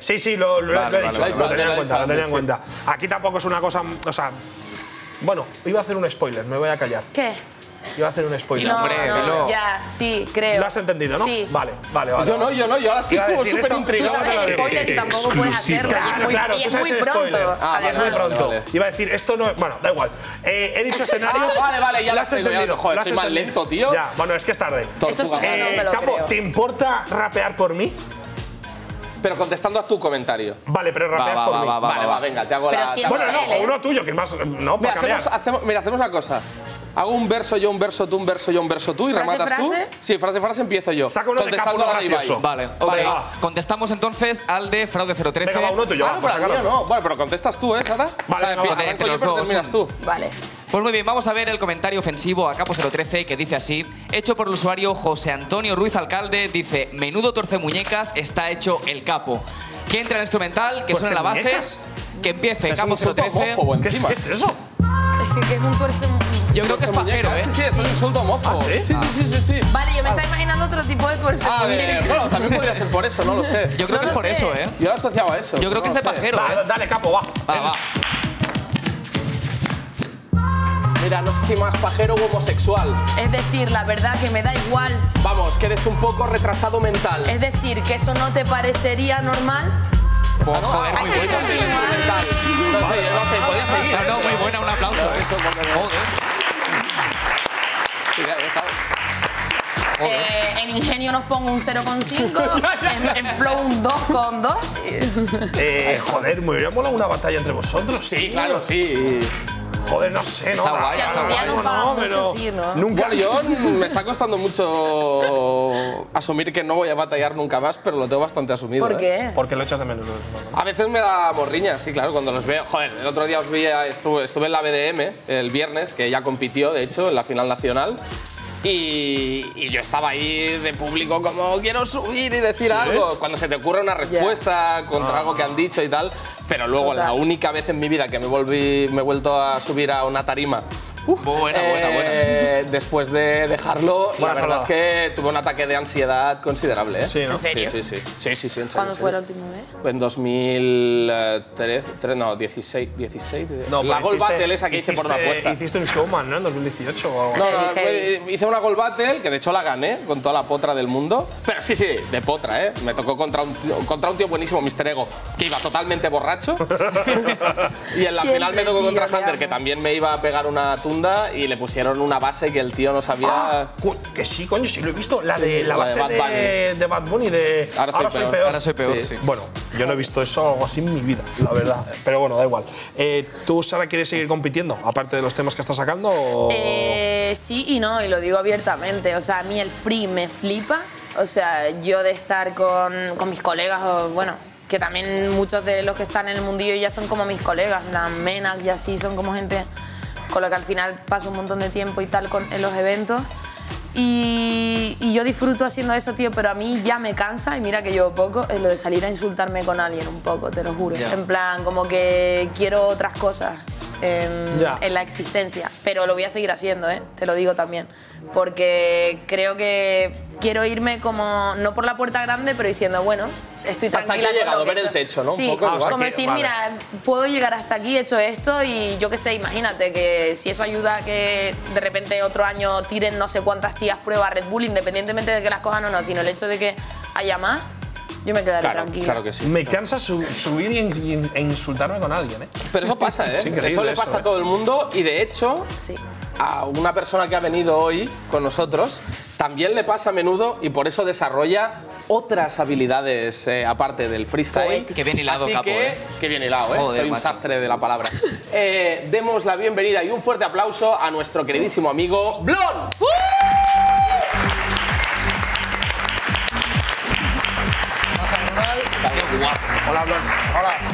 [SPEAKER 1] Sí, sí, lo, lo-
[SPEAKER 12] Vale,
[SPEAKER 1] lo he
[SPEAKER 12] vale,
[SPEAKER 1] dicho,
[SPEAKER 12] vale,
[SPEAKER 1] lo
[SPEAKER 12] vale,
[SPEAKER 1] tenía
[SPEAKER 12] lo
[SPEAKER 1] en
[SPEAKER 12] he
[SPEAKER 1] cuenta,
[SPEAKER 12] dicho
[SPEAKER 1] lo tenía en
[SPEAKER 12] antes,
[SPEAKER 1] cuenta. Aquí tampoco es una cosa. O sea. Bueno, iba a hacer un spoiler, me voy a callar.
[SPEAKER 8] ¿Qué?
[SPEAKER 1] Iba a hacer un spoiler.
[SPEAKER 8] no, no, ya, sí, creo.
[SPEAKER 1] Lo has entendido, ¿no?
[SPEAKER 8] Sí.
[SPEAKER 1] Vale, vale, vale.
[SPEAKER 12] Yo no, yo no, yo ahora estoy
[SPEAKER 1] Iba a
[SPEAKER 12] como
[SPEAKER 1] decir,
[SPEAKER 12] súper
[SPEAKER 1] esto-
[SPEAKER 12] intrigado,
[SPEAKER 8] Tú sabes
[SPEAKER 12] pero
[SPEAKER 8] el
[SPEAKER 12] de-
[SPEAKER 8] spoiler y tampoco puedes hacerlo, y es
[SPEAKER 1] Claro,
[SPEAKER 8] muy-
[SPEAKER 1] claro,
[SPEAKER 8] y
[SPEAKER 1] tú
[SPEAKER 8] es
[SPEAKER 1] sabes
[SPEAKER 8] muy
[SPEAKER 1] el
[SPEAKER 8] pronto,
[SPEAKER 1] spoiler.
[SPEAKER 8] Ah, vale,
[SPEAKER 1] es muy
[SPEAKER 8] vale,
[SPEAKER 1] pronto.
[SPEAKER 12] vale.
[SPEAKER 1] Iba a decir, esto no es. Bueno, da igual. Eh, he dicho escenarios.
[SPEAKER 12] *laughs* Ah, vale, vale, ya
[SPEAKER 1] lo
[SPEAKER 12] la
[SPEAKER 1] has
[SPEAKER 12] sigo, ya
[SPEAKER 1] entendido.
[SPEAKER 12] no, joder,
[SPEAKER 1] lo has
[SPEAKER 12] soy más
[SPEAKER 1] entendido.
[SPEAKER 12] lento, tío.
[SPEAKER 1] Ya, bueno, es que es tarde. Eh,
[SPEAKER 12] Eso sí que no me lo
[SPEAKER 1] Capo,
[SPEAKER 12] creo.
[SPEAKER 1] ¿te importa rapear por mí?
[SPEAKER 12] Pero contestando a tu comentario.
[SPEAKER 1] Vale, pero rapeas
[SPEAKER 12] va,
[SPEAKER 1] por
[SPEAKER 12] va,
[SPEAKER 1] mí.
[SPEAKER 12] va, va, Vale, va, va, venga, te hago Pero la- te siendo
[SPEAKER 1] Bueno, no,
[SPEAKER 12] él,
[SPEAKER 1] o
[SPEAKER 12] ¿eh?
[SPEAKER 1] uno tuyo, que es más. No,
[SPEAKER 12] Mira
[SPEAKER 1] para cambiar.
[SPEAKER 12] hacemos, hacemos- mira, hacemos una cosa. Hago un verso, yo un verso, tú un verso, yo un verso, tú y
[SPEAKER 5] ¿Frase,
[SPEAKER 12] rematas
[SPEAKER 5] frase?
[SPEAKER 12] tú. Sí, frase, frase, empiezo yo.
[SPEAKER 5] Saca uno de
[SPEAKER 12] Contestando
[SPEAKER 5] Capulo
[SPEAKER 12] a la de Ibai.
[SPEAKER 5] gracioso. Vale, ok. Contestamos entonces al de Fraude 013.
[SPEAKER 12] Venga, va, uno tuyo, va,
[SPEAKER 5] Ah,
[SPEAKER 12] por
[SPEAKER 5] pero
[SPEAKER 12] sacarlo.
[SPEAKER 5] el mío no.
[SPEAKER 12] Bueno, pero contestas tú, ¿eh, Sara?
[SPEAKER 5] Vale,
[SPEAKER 12] o sea,
[SPEAKER 5] venga,
[SPEAKER 12] empie-
[SPEAKER 5] va,
[SPEAKER 12] arranco
[SPEAKER 5] entre
[SPEAKER 12] yo,
[SPEAKER 5] los
[SPEAKER 12] pero
[SPEAKER 5] dos,
[SPEAKER 12] terminas
[SPEAKER 5] un-
[SPEAKER 12] tú.
[SPEAKER 8] Vale.
[SPEAKER 5] Pues muy bien, vamos a ver el comentario ofensivo a Capo 013 que dice así, hecho por el usuario José Antonio Ruiz Alcalde, dice, menudo torce muñecas, está hecho el capo. Que entra el instrumental, que suena la base,
[SPEAKER 8] ¿Torcemuñecas?
[SPEAKER 5] que empiece
[SPEAKER 12] O sea, es un
[SPEAKER 5] Capo
[SPEAKER 12] insulto
[SPEAKER 5] 013.
[SPEAKER 12] homófobo ¿Qué es- encima. qué es eso?
[SPEAKER 8] Es que, que es un tuerce.
[SPEAKER 5] Yo creo que es pajero, ¿eh?
[SPEAKER 12] Sí, sí, es un insulto homófobo.
[SPEAKER 5] ¿Ah, sí? Ah,
[SPEAKER 12] sí, sí, sí, sí.
[SPEAKER 8] Vale,
[SPEAKER 1] Ah,
[SPEAKER 8] yo me estaba imaginando otro tipo de tuerce.
[SPEAKER 12] A ver, bueno, también podría ser por eso, no lo sé.
[SPEAKER 5] Yo creo que es por eso, ¿eh?
[SPEAKER 12] Yo lo asociaba a eso.
[SPEAKER 5] Yo creo que
[SPEAKER 12] no
[SPEAKER 5] es de
[SPEAKER 12] lo sé.
[SPEAKER 5] pajero,
[SPEAKER 1] Va,
[SPEAKER 5] ¿eh?
[SPEAKER 1] Dale, capo, va.
[SPEAKER 12] *laughs*
[SPEAKER 5] Va, va.
[SPEAKER 12] Mira, no sé si más pajero o homosexual.
[SPEAKER 8] Es decir, la verdad que me da igual.
[SPEAKER 12] Vamos, que eres un poco retrasado mental.
[SPEAKER 8] Es decir, que eso no te parecería normal.
[SPEAKER 5] Pues, joder, muy bueno.
[SPEAKER 12] mental. No sé, yo no sé, podía seguir.
[SPEAKER 5] No, no, muy buena, un aplauso. ¿eh? Joder.
[SPEAKER 8] Eh, en ingenio nos pongo un 0,5, en, en flow un 2,2.
[SPEAKER 1] Eh, joder, me hubiera molado una batalla entre vosotros. Sí,
[SPEAKER 12] claro, sí.
[SPEAKER 1] Joder, no sé, no.
[SPEAKER 12] Está guay,
[SPEAKER 1] vale,
[SPEAKER 12] está
[SPEAKER 1] vale,
[SPEAKER 12] guay.
[SPEAKER 1] vale,
[SPEAKER 8] no,
[SPEAKER 1] pero-
[SPEAKER 8] sí, ¿no?
[SPEAKER 1] Nunca.
[SPEAKER 12] Bueno, yo mm, me está costando mucho asumir que no voy a batallar nunca más, pero lo tengo bastante asumido.
[SPEAKER 8] ¿Por
[SPEAKER 12] ¿eh?
[SPEAKER 8] qué?
[SPEAKER 1] Porque lo echas de menos.
[SPEAKER 12] A veces me da morriña, sí, claro, cuando los veo. Joder, el otro día eh, os vi, estuve, estuve en la BDM el viernes, que ya compitió, de hecho, en la final nacional. Y, y yo estaba ahí de público como quiero subir y decir
[SPEAKER 1] Sí.
[SPEAKER 12] algo. Cuando se te ocurre una respuesta contra
[SPEAKER 1] Ah.
[SPEAKER 12] algo que han dicho y tal. Pero luego la única vez en mi vida que me volví, me he vuelto a subir a una tarima. buena,
[SPEAKER 1] buena,
[SPEAKER 12] buena. Después de dejarlo,
[SPEAKER 1] Buena
[SPEAKER 12] la verdad
[SPEAKER 1] salvada.
[SPEAKER 12] es que tuve un ataque de ansiedad considerable. ¿eh?
[SPEAKER 1] Sí, ¿no? ¿En serio?
[SPEAKER 12] Sí, sí, sí. sí, sí, sí, en serio,
[SPEAKER 8] ¿Cuándo
[SPEAKER 12] en
[SPEAKER 8] fue la
[SPEAKER 12] serio.
[SPEAKER 8] última vez?
[SPEAKER 12] En 2013, tre- no, 16, 16. la Gold Battle esa que hice por la apuesta.
[SPEAKER 1] Hiciste un showman, ¿no? En 2018 o algo.
[SPEAKER 12] No, no, fue- hice una Gold Battle que de hecho la gané con toda la potra del mundo. Pero sí, sí, de potra, ¿eh? Me tocó contra un tío, contra un tío buenísimo, Mr. Ego, que iba
[SPEAKER 1] *laughs*
[SPEAKER 12] totalmente borracho. y en la
[SPEAKER 1] Siempre,
[SPEAKER 12] final me tocó
[SPEAKER 1] tío,
[SPEAKER 12] contra
[SPEAKER 1] te
[SPEAKER 12] Hunter,
[SPEAKER 1] amo.
[SPEAKER 12] que también me iba a pegar una tunda y le pusieron una base que el tío no sabía.
[SPEAKER 1] Ah, Cu- Que sí, coño, sí lo he visto. La
[SPEAKER 12] Sí,
[SPEAKER 1] de la
[SPEAKER 12] la
[SPEAKER 1] base
[SPEAKER 12] de Bad
[SPEAKER 1] de,
[SPEAKER 12] Bunny.
[SPEAKER 1] de Bad Bunny de
[SPEAKER 12] Ahora soy peor, ahora soy peor, sí.
[SPEAKER 1] Bueno, yo no he visto eso o algo así en mi vida, la verdad. Pero bueno, da igual. Eh, ¿Tú, Sara, quieres seguir compitiendo? Aparte de los temas que estás sacando. o-
[SPEAKER 8] Eh, sí y no, y lo digo abiertamente. O sea, a mí el free me flipa. O sea, yo de estar con, con mis colegas, o, bueno, que también muchos de los que están en el mundillo ya son como mis colegas, las menas y así, son como gente con la que al final paso un montón de tiempo y tal con, en los eventos. Y, y yo disfruto haciendo eso, tío, pero a mí ya me cansa, y mira que llevo poco, es lo de salir a insultarme con alguien un poco, te lo juro.
[SPEAKER 1] Ya.
[SPEAKER 8] En plan, como que quiero otras cosas. em,
[SPEAKER 1] Ya.
[SPEAKER 8] en la existencia, pero lo voy a seguir haciendo, ¿eh? te lo digo también, porque creo que quiero irme como, no por la puerta grande, pero diciendo, bueno, estoy
[SPEAKER 12] Hasta
[SPEAKER 8] tranquila.
[SPEAKER 12] aquí
[SPEAKER 8] con
[SPEAKER 12] he llegado,
[SPEAKER 8] lo que
[SPEAKER 12] ver el
[SPEAKER 8] estoy-
[SPEAKER 12] techo, ¿no? Un
[SPEAKER 8] Sí,
[SPEAKER 12] poco,
[SPEAKER 8] como
[SPEAKER 12] igual que-
[SPEAKER 8] decir,
[SPEAKER 12] vale.
[SPEAKER 8] mira, puedo llegar hasta aquí, he hecho esto y yo qué sé, imagínate que si eso ayuda a que de repente otro año tiren no sé cuántas tías pruebas Red Bull, independientemente de que las cojan o no, sino el hecho de que haya más, yo me quedaré tranquila.
[SPEAKER 1] Me cansa su- subir y, in- y in- e insultarme con alguien, ¿eh?
[SPEAKER 12] Pero eso pasa, ¿eh?
[SPEAKER 1] Es increíble
[SPEAKER 12] eso le
[SPEAKER 1] eso,
[SPEAKER 12] pasa
[SPEAKER 1] ¿eh?
[SPEAKER 12] a todo el mundo y de hecho a una persona que ha venido hoy con nosotros también le pasa a menudo y por eso desarrolla otras habilidades eh, aparte del freestyle.
[SPEAKER 14] Joder, qué bien hilado,
[SPEAKER 12] Así
[SPEAKER 14] capo,
[SPEAKER 12] que,
[SPEAKER 14] ¿eh?
[SPEAKER 12] que bien hilado, ¿eh?
[SPEAKER 14] Joder,
[SPEAKER 12] Soy un
[SPEAKER 14] macho.
[SPEAKER 12] sastre de
[SPEAKER 14] *laughs*
[SPEAKER 12] la palabra. Eh, demos la bienvenida y un fuerte aplauso a nuestro queridísimo amigo Blon.
[SPEAKER 14] Uh.
[SPEAKER 1] Hola, Blon.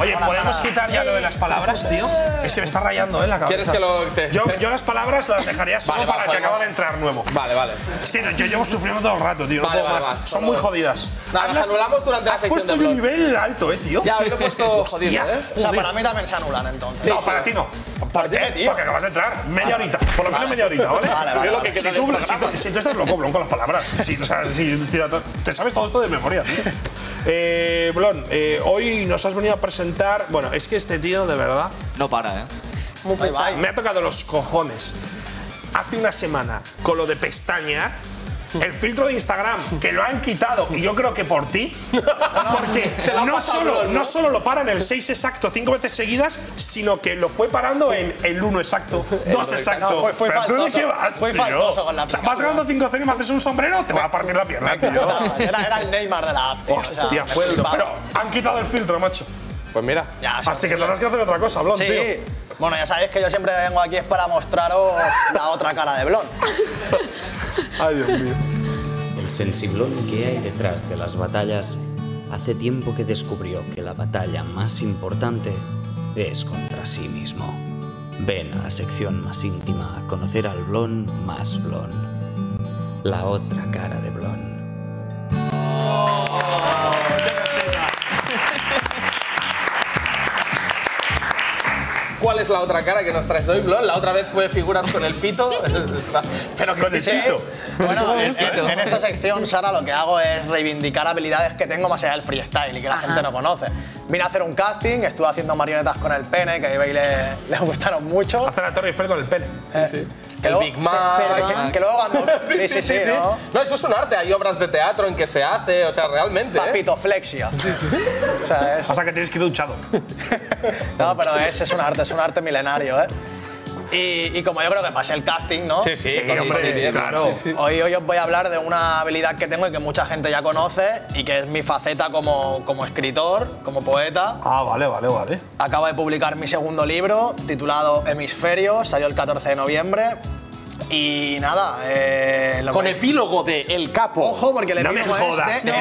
[SPEAKER 1] Oye,
[SPEAKER 12] hola,
[SPEAKER 1] ¿podemos
[SPEAKER 12] Sara. Eh.
[SPEAKER 1] quitar ya lo de las palabras, tío? Es que me está rayando, ¿eh? La cabeza.
[SPEAKER 12] ¿Quieres que lo- te-
[SPEAKER 1] Yo, yo las palabras las dejaría solo
[SPEAKER 12] Vale, va,
[SPEAKER 1] para el que
[SPEAKER 12] podemos.
[SPEAKER 1] acaba de entrar nuevo.
[SPEAKER 12] Vale, vale.
[SPEAKER 1] Es que no, yo llevo sufriendo todo el rato, tío. no
[SPEAKER 12] Vale,
[SPEAKER 1] puedo
[SPEAKER 12] vale,
[SPEAKER 1] más.
[SPEAKER 12] va.
[SPEAKER 1] Son muy
[SPEAKER 12] Vale.
[SPEAKER 1] jodidas.
[SPEAKER 12] Nada, nos
[SPEAKER 1] Hazlas-
[SPEAKER 12] anulamos durante la
[SPEAKER 1] has
[SPEAKER 12] sección
[SPEAKER 1] puesto
[SPEAKER 12] de
[SPEAKER 1] un
[SPEAKER 12] Blon.
[SPEAKER 1] nivel alto, eh, tío.
[SPEAKER 12] Ya, hoy lo he puesto
[SPEAKER 1] Hostia,
[SPEAKER 12] jodido, ¿eh?
[SPEAKER 15] O sea,
[SPEAKER 1] joder.
[SPEAKER 15] para mí también se anulan entonces.
[SPEAKER 1] no, para ti no. ¿Por qué, tío? Porque acabas de entrar media horita, por lo menos media horita, ¿vale?
[SPEAKER 15] Vale, vale,
[SPEAKER 1] Yo lo
[SPEAKER 15] vale.
[SPEAKER 1] que
[SPEAKER 15] Si
[SPEAKER 1] si,
[SPEAKER 15] tú-
[SPEAKER 1] tú, si, tú, si tú estás loco, Blon, con las palabras. Si, o sea, si- si la- te sabes todo esto de memoria, tío. Eh, Blon, eh, hoy nos has venido a presentar. Bueno, es que este tío, de verdad.
[SPEAKER 14] No para, ¿eh?
[SPEAKER 8] Muy pesado.
[SPEAKER 1] Me ha tocado los cojones. Hace una semana, con lo de pestaña. El filtro de Instagram, que lo han quitado, y yo creo que por
[SPEAKER 15] *laughs*
[SPEAKER 1] ti, porque
[SPEAKER 12] Se lo han
[SPEAKER 1] no
[SPEAKER 12] pasado,
[SPEAKER 1] solo,
[SPEAKER 12] ¿no?
[SPEAKER 1] ¿no? solo lo paran el 6 exacto cinco veces seguidas, sino que lo fue parando en el 1 exacto, 2
[SPEAKER 15] *laughs* El uno
[SPEAKER 1] exacto.
[SPEAKER 15] exacto. No, fue- fue
[SPEAKER 1] ¿Pero tú
[SPEAKER 15] faltoso.
[SPEAKER 1] de qué vas,
[SPEAKER 15] Fue
[SPEAKER 1] tío?
[SPEAKER 15] faltoso con la
[SPEAKER 1] O sea, vas
[SPEAKER 15] aplicación.
[SPEAKER 1] ganando 5-0 y me haces un sombrero, te va a partir la pierna, tío.
[SPEAKER 15] No, era, era el Neymar de la app. tío, o sea,
[SPEAKER 1] Hostia,
[SPEAKER 15] me
[SPEAKER 1] fue duro.
[SPEAKER 15] flipaba.
[SPEAKER 1] Pero han quitado el filtro, macho.
[SPEAKER 12] Pues mira.
[SPEAKER 1] Así que tendrás que hacer otra cosa, Blon,
[SPEAKER 15] sí.
[SPEAKER 1] tío.
[SPEAKER 15] Bueno, ya sabéis que yo siempre vengo aquí es para mostraros la otra cara de *laughs* Blon.
[SPEAKER 1] Ay, Dios mío.
[SPEAKER 5] El sensiblón que hay detrás de las batallas hace tiempo que descubrió que la batalla más importante es contra sí mismo. Ven a la sección más íntima a conocer al blon más blon. La otra cara de blon.
[SPEAKER 12] ¿Cuál es la otra cara que nos traes hoy, Blon? La otra vez fue figuras con
[SPEAKER 14] *laughs*
[SPEAKER 12] el pito. Pero que
[SPEAKER 1] Con el pito.
[SPEAKER 15] Bueno, en, en- en esta sección, Sara, lo que hago es reivindicar habilidades que tengo más allá del freestyle y que la gente no conoce. Vine a hacer un casting, estuve haciendo marionetas con el pene, que a Ibai le, le gustaron mucho.
[SPEAKER 1] Hacer la Torre Eiffel con el pene.
[SPEAKER 12] El Big Mac.
[SPEAKER 15] Que, que luego cuando... *laughs* Sí, sí, sí, ¿no?
[SPEAKER 12] No, eso es un arte. Hay obras de teatro en que se hace, o sea, realmente. ¿eh?
[SPEAKER 15] Papitoflexia. O sea, es-
[SPEAKER 1] O sea, que tienes que ir duchado.
[SPEAKER 15] No, pero es, es un arte, es un arte milenario, ¿eh? Y, y como yo creo que pasé el casting, ¿no?
[SPEAKER 12] Sí, sí, Sí, sí, hombre, sí, sí, claro. sí, sí.
[SPEAKER 15] Hoy, hoy os voy a hablar de una habilidad que tengo y que mucha gente ya conoce y que es mi faceta como, como escritor, como poeta.
[SPEAKER 1] Ah, vale, vale, vale.
[SPEAKER 15] Acabo de publicar mi segundo libro titulado Hemisferio, salió el 14 de noviembre. Y nada, eh, lo
[SPEAKER 12] Con
[SPEAKER 15] que-
[SPEAKER 12] epílogo de El Capo.
[SPEAKER 15] *laughs* Ojo, porque el epílogo es de-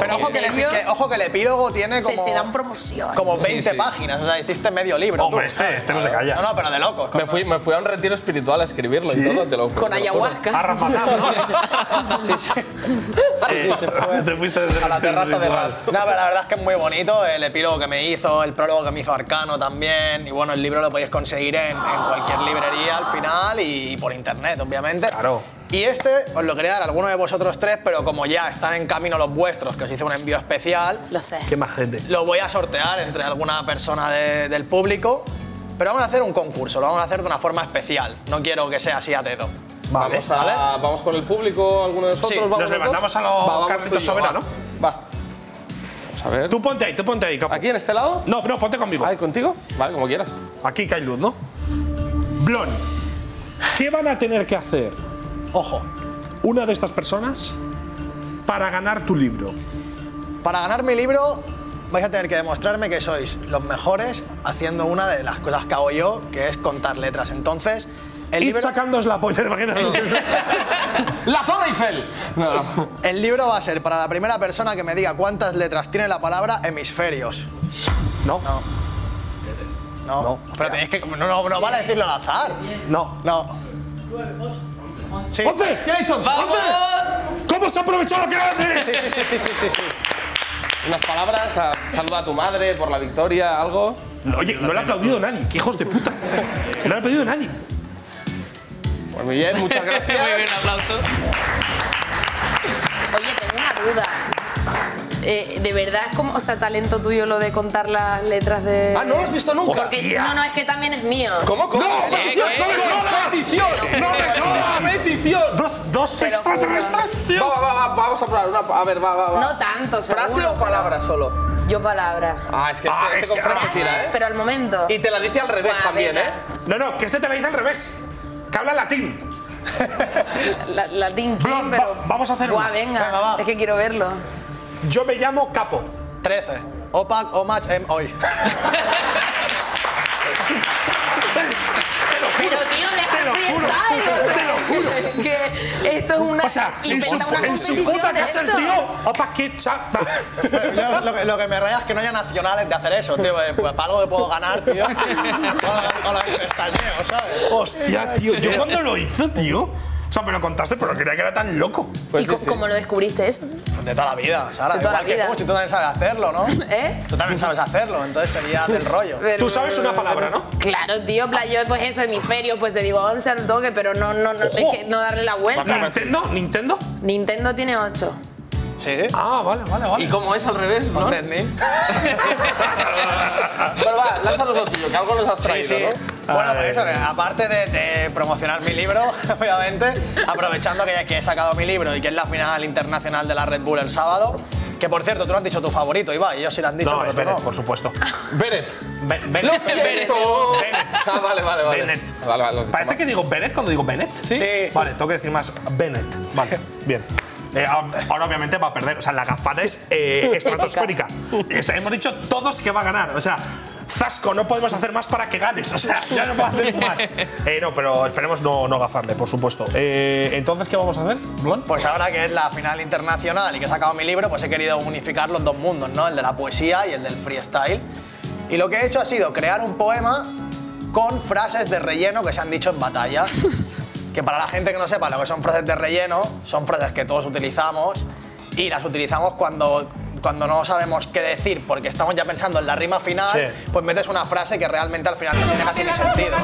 [SPEAKER 15] Pero ojo que, el,
[SPEAKER 8] serio?
[SPEAKER 15] que- ojo que el epílogo tiene
[SPEAKER 8] Se-
[SPEAKER 15] como.
[SPEAKER 8] se dan promoción.
[SPEAKER 15] Como
[SPEAKER 8] Sí,
[SPEAKER 15] 20
[SPEAKER 8] sí.
[SPEAKER 15] páginas, o sea, hiciste medio libro.
[SPEAKER 1] Hombre,
[SPEAKER 15] tú.
[SPEAKER 1] este- este no se calla.
[SPEAKER 15] No, no, pero de locos.
[SPEAKER 12] Me fui, me fui a un retiro espiritual a escribirlo y
[SPEAKER 15] ¿Sí?
[SPEAKER 12] todo, te lo juro.
[SPEAKER 8] Con ayahuasca.
[SPEAKER 1] *laughs* Te fuiste desde
[SPEAKER 15] a la terraza
[SPEAKER 1] de
[SPEAKER 15] No, pero la verdad es que es muy bonito el epílogo que me hizo, el prólogo que me hizo Arcano también. Y bueno, el libro lo podéis conseguir en, en cualquier librería al final y por internet, obviamente. Claro. Y este os lo quería dar a alguno de vosotros tres, pero como ya están en camino los vuestros, que os hice un envío especial,
[SPEAKER 8] lo sé.
[SPEAKER 1] Qué más gente.
[SPEAKER 15] Lo voy a sortear entre alguna persona de- del público, pero vamos a hacer un concurso, lo vamos a hacer de una forma especial. No quiero que sea así a dedo.
[SPEAKER 12] Vamos, a- vamos con el público, alguno de nosotros.
[SPEAKER 15] Sí.
[SPEAKER 12] vamos
[SPEAKER 15] Nos levantamos
[SPEAKER 12] dos.
[SPEAKER 15] a lo
[SPEAKER 12] Va, vamos
[SPEAKER 15] Carlitos
[SPEAKER 12] tú y yo,
[SPEAKER 15] Sobera,
[SPEAKER 12] va.
[SPEAKER 15] ¿no?
[SPEAKER 12] Va. Vamos a ver.
[SPEAKER 1] Tú ponte ahí, tú ponte ahí, capo.
[SPEAKER 12] ¿Aquí en este lado?
[SPEAKER 1] No, no, ponte conmigo.
[SPEAKER 12] ¿Ahí contigo? Vale, como quieras.
[SPEAKER 1] Aquí cae luz, ¿no? Blon, ¿qué van a tener que hacer, ojo, una de estas personas para ganar tu libro?
[SPEAKER 15] Para ganar mi libro vais a tener que demostrarme que sois los mejores haciendo una de las cosas que hago yo, que es contar letras. Entonces, el
[SPEAKER 1] Ir
[SPEAKER 15] libro...
[SPEAKER 1] sacándoos la polla, imagínate.
[SPEAKER 12] ¡La Torre Eiffel!
[SPEAKER 15] El libro va a ser para la primera persona que me diga cuántas letras tiene la palabra hemisferios.
[SPEAKER 1] No.
[SPEAKER 15] No. No. Pero tenéis que... No, no, no vale decirlo al azar.
[SPEAKER 1] No.
[SPEAKER 15] No. Sí.
[SPEAKER 1] ¡Once!
[SPEAKER 12] ¿Qué ha hecho?
[SPEAKER 1] ¿Cómo se ha aprovechado que
[SPEAKER 15] Sí, sí, sí, sí, sí, sí, sí.
[SPEAKER 12] Unas palabras, a- saluda a tu madre por la victoria, algo.
[SPEAKER 1] No, oye, no le ha aplaudido nadie, qué hijos de puta. No le ha aplaudido nadie.
[SPEAKER 12] Pues muy bien, muchas gracias.
[SPEAKER 16] Muy bien, un aplauso.
[SPEAKER 8] Oye, tengo una duda. Eh, de verdad es como, o sea, talento tuyo lo de contar las letras de.
[SPEAKER 12] Ah, no lo has visto nunca.
[SPEAKER 8] Porque-
[SPEAKER 12] Hostia.
[SPEAKER 8] no, no, es que también es mío.
[SPEAKER 12] ¿Cómo, cómo?
[SPEAKER 8] No,
[SPEAKER 12] ¿Qué, qué, qué? ¡Bendición! ¡No me jodas! ¡Bendición!
[SPEAKER 1] Dos, dos
[SPEAKER 8] Te lo juro.
[SPEAKER 1] extraterrestres, tío.
[SPEAKER 12] Va, va, va, vamos a probar una. A ver, va, va, va.
[SPEAKER 8] No tanto, seguro.
[SPEAKER 12] ¿Frase o palabra solo?
[SPEAKER 8] Yo palabra.
[SPEAKER 12] Ah, es que
[SPEAKER 1] Ah,
[SPEAKER 12] este, este
[SPEAKER 1] es
[SPEAKER 12] con
[SPEAKER 1] que-
[SPEAKER 12] frase
[SPEAKER 1] ah,
[SPEAKER 12] tira, ¿eh?
[SPEAKER 8] Pero al momento.
[SPEAKER 12] Y te la dice al revés
[SPEAKER 8] Buah,
[SPEAKER 12] también,
[SPEAKER 8] venga.
[SPEAKER 12] ¿eh?
[SPEAKER 1] No, no, que este te la dice al revés. Que habla latín.
[SPEAKER 8] La, la Ding
[SPEAKER 1] Blon,
[SPEAKER 8] pero.
[SPEAKER 1] va- vamos a hacer
[SPEAKER 8] Buah,
[SPEAKER 1] una.
[SPEAKER 8] venga. Es que quiero verlo.
[SPEAKER 1] Yo me llamo Capo.
[SPEAKER 15] 13. Opac, Omach, Em, hoy.
[SPEAKER 8] Pero tío, deja
[SPEAKER 1] Te lo juro,
[SPEAKER 8] freestyle,
[SPEAKER 1] te lo
[SPEAKER 8] *laughs*
[SPEAKER 1] juro.
[SPEAKER 8] Que esto es una.
[SPEAKER 1] O sea, en su,
[SPEAKER 8] inventa una
[SPEAKER 1] en su
[SPEAKER 8] competición
[SPEAKER 1] puta
[SPEAKER 8] de
[SPEAKER 1] casa el
[SPEAKER 8] esto.
[SPEAKER 1] tío. Opa, que chapa.
[SPEAKER 15] Pero yo lo, que, lo que me raya es que no haya nacionales de hacer eso, tío. porque, Pues para algo que puedo ganar,
[SPEAKER 12] *laughs*
[SPEAKER 15] tío. Con lo- Con lo del pestañeo, ¿sabes?
[SPEAKER 1] Hostia, tío. *laughs* Yo cuando lo hizo, tío. O sea, me lo contaste, pero creía que era tan loco.
[SPEAKER 12] Pues
[SPEAKER 8] ¿Y
[SPEAKER 12] sí,
[SPEAKER 8] co-
[SPEAKER 12] sí.
[SPEAKER 8] cómo lo descubriste eso?
[SPEAKER 15] De toda la vida, Sara.
[SPEAKER 8] De toda la
[SPEAKER 15] Igual que
[SPEAKER 8] vida.
[SPEAKER 15] tú, si tú también sabes hacerlo, ¿no?
[SPEAKER 8] ¿Eh?
[SPEAKER 15] Tú también sabes hacerlo, entonces sería del rollo.
[SPEAKER 8] Pero- pues,
[SPEAKER 1] Tú sabes una palabra, ¿no?
[SPEAKER 8] Claro, tío, pla- yo pues eso, hemisferio, pues te digo 11 al toque, pero no, no, no,
[SPEAKER 1] Ojo.
[SPEAKER 8] es que no darle la vuelta.
[SPEAKER 1] Nintendo, Nintendo.
[SPEAKER 8] Nintendo tiene 8.
[SPEAKER 15] Sí.
[SPEAKER 1] Ah, vale, vale,
[SPEAKER 12] ¿Y
[SPEAKER 1] vale.
[SPEAKER 12] cómo es al revés,
[SPEAKER 15] *laughs*
[SPEAKER 12] no?
[SPEAKER 15] ¿Entendí?
[SPEAKER 12] Pero va, lánzanos lo tuyo, que algo nos has
[SPEAKER 15] Sí,
[SPEAKER 12] traído,
[SPEAKER 15] sí.
[SPEAKER 12] ¿no?
[SPEAKER 15] Bueno, pues eso, que aparte de, de promocionar mi libro, *laughs* obviamente, aprovechando que, ya- que he sacado mi libro y que es la final internacional de la Red Bull el sábado, que por cierto, tú no has dicho tu favorito, Ibai, ellos sí lo han dicho,
[SPEAKER 1] No,
[SPEAKER 15] pero
[SPEAKER 1] es
[SPEAKER 15] tú
[SPEAKER 1] Bennett,
[SPEAKER 15] no.
[SPEAKER 1] por supuesto.
[SPEAKER 12] Bennett.
[SPEAKER 1] Be-
[SPEAKER 12] ¡Lo
[SPEAKER 1] Bennett.
[SPEAKER 12] siento! Ah, vale, vale, vale.
[SPEAKER 1] Bennett.
[SPEAKER 12] Vale, vale, lo has dicho
[SPEAKER 1] Parece
[SPEAKER 12] mal.
[SPEAKER 1] que digo Bennett cuando digo Bennett.
[SPEAKER 15] Sí. Sí.
[SPEAKER 1] Vale, tengo que decir más Bennett. Vale, bien. Eh, ahora ahora obviamente va a perder. O sea, la gafada es eh, estratosférica. O sea, hemos dicho todos que va a ganar. O sea, Zasco, no podemos hacer más para que ganes. O sea, ya no puedo hacer más. Eh, no, pero esperemos no, no gafarle, por supuesto. Eh, Entonces, ¿qué vamos a hacer? Blon?
[SPEAKER 15] Pues ahora que es la final internacional y que he sacado mi libro, pues he querido unificar los dos mundos, ¿no? El de la poesía y el del freestyle. Y lo que he hecho ha sido crear un poema con frases de relleno que se han dicho en batallas. que para la gente que no sepa lo que son frases de relleno, son frases que todos utilizamos y las utilizamos cuando, cuando no sabemos qué decir porque estamos ya pensando en la rima final,
[SPEAKER 1] Sí.
[SPEAKER 15] pues metes una frase que realmente al final no tiene casi ni sentido.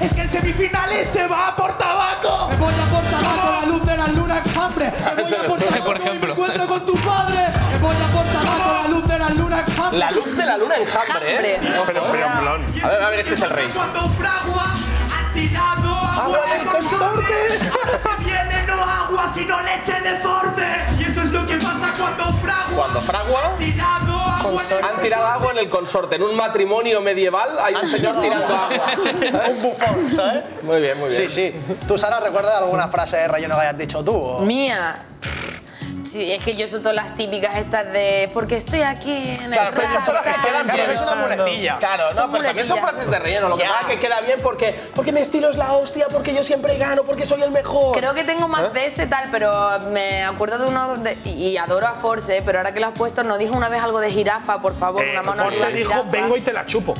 [SPEAKER 3] Es que en semifinales se va por tabaco. Me voy a por tabaco a la luz de la luna enjambre. Me voy a por tabaco
[SPEAKER 17] Por
[SPEAKER 3] y
[SPEAKER 17] ejemplo.
[SPEAKER 3] me encuentro con tu padre. Me voy a por tabaco a la luz de la luna enjambre.
[SPEAKER 12] La luz de la luna enjambre, ¿eh?
[SPEAKER 1] Pero, pero, Blon.
[SPEAKER 12] A ver, a ver, este es el rey.
[SPEAKER 3] Cuando fragua, ha tirado agua
[SPEAKER 12] ¡Háblame,
[SPEAKER 3] del
[SPEAKER 12] consorte!
[SPEAKER 3] consorte. Viene no agua, sino leche de sorte. Y eso es lo que pasa cuando fragua.
[SPEAKER 12] Cuando fragua,
[SPEAKER 3] Tirado agua del
[SPEAKER 12] han tirado agua en el consorte. En un matrimonio medieval hay un
[SPEAKER 8] Ah,
[SPEAKER 12] señor tirando *laughs* agua.
[SPEAKER 15] un bufón, ¿sabes?
[SPEAKER 12] Muy bien, muy bien.
[SPEAKER 15] Sí, sí. ¿Tú, Sara, recuerdas alguna frase de relleno que hayas dicho tú? o?
[SPEAKER 8] Mía. Sí, es que yo soy todas las típicas estas de porque estoy aquí en el
[SPEAKER 12] Claro, pero estas son las
[SPEAKER 8] rap".
[SPEAKER 12] que quedan
[SPEAKER 8] Claro,
[SPEAKER 12] bien.
[SPEAKER 8] es una muletilla.
[SPEAKER 12] Claro, no,
[SPEAKER 8] Son
[SPEAKER 12] pero también son
[SPEAKER 8] muletillas.
[SPEAKER 12] frases de relleno. Lo que
[SPEAKER 8] Ya.
[SPEAKER 12] pasa es que queda bien porque, porque mi estilo es la hostia, porque yo siempre gano, porque soy el mejor.
[SPEAKER 8] Creo que tengo
[SPEAKER 12] ¿Eh?
[SPEAKER 8] más de ese tal, pero me acuerdo de uno de- y adoro a Force, eh, pero ahora que lo has puesto, no dijo una vez algo de jirafa, por favor,
[SPEAKER 12] Eh,
[SPEAKER 8] una mano
[SPEAKER 1] Eh, Jorge
[SPEAKER 8] arriba.
[SPEAKER 1] dijo,
[SPEAKER 8] jirafa.
[SPEAKER 1] vengo y te la chupo.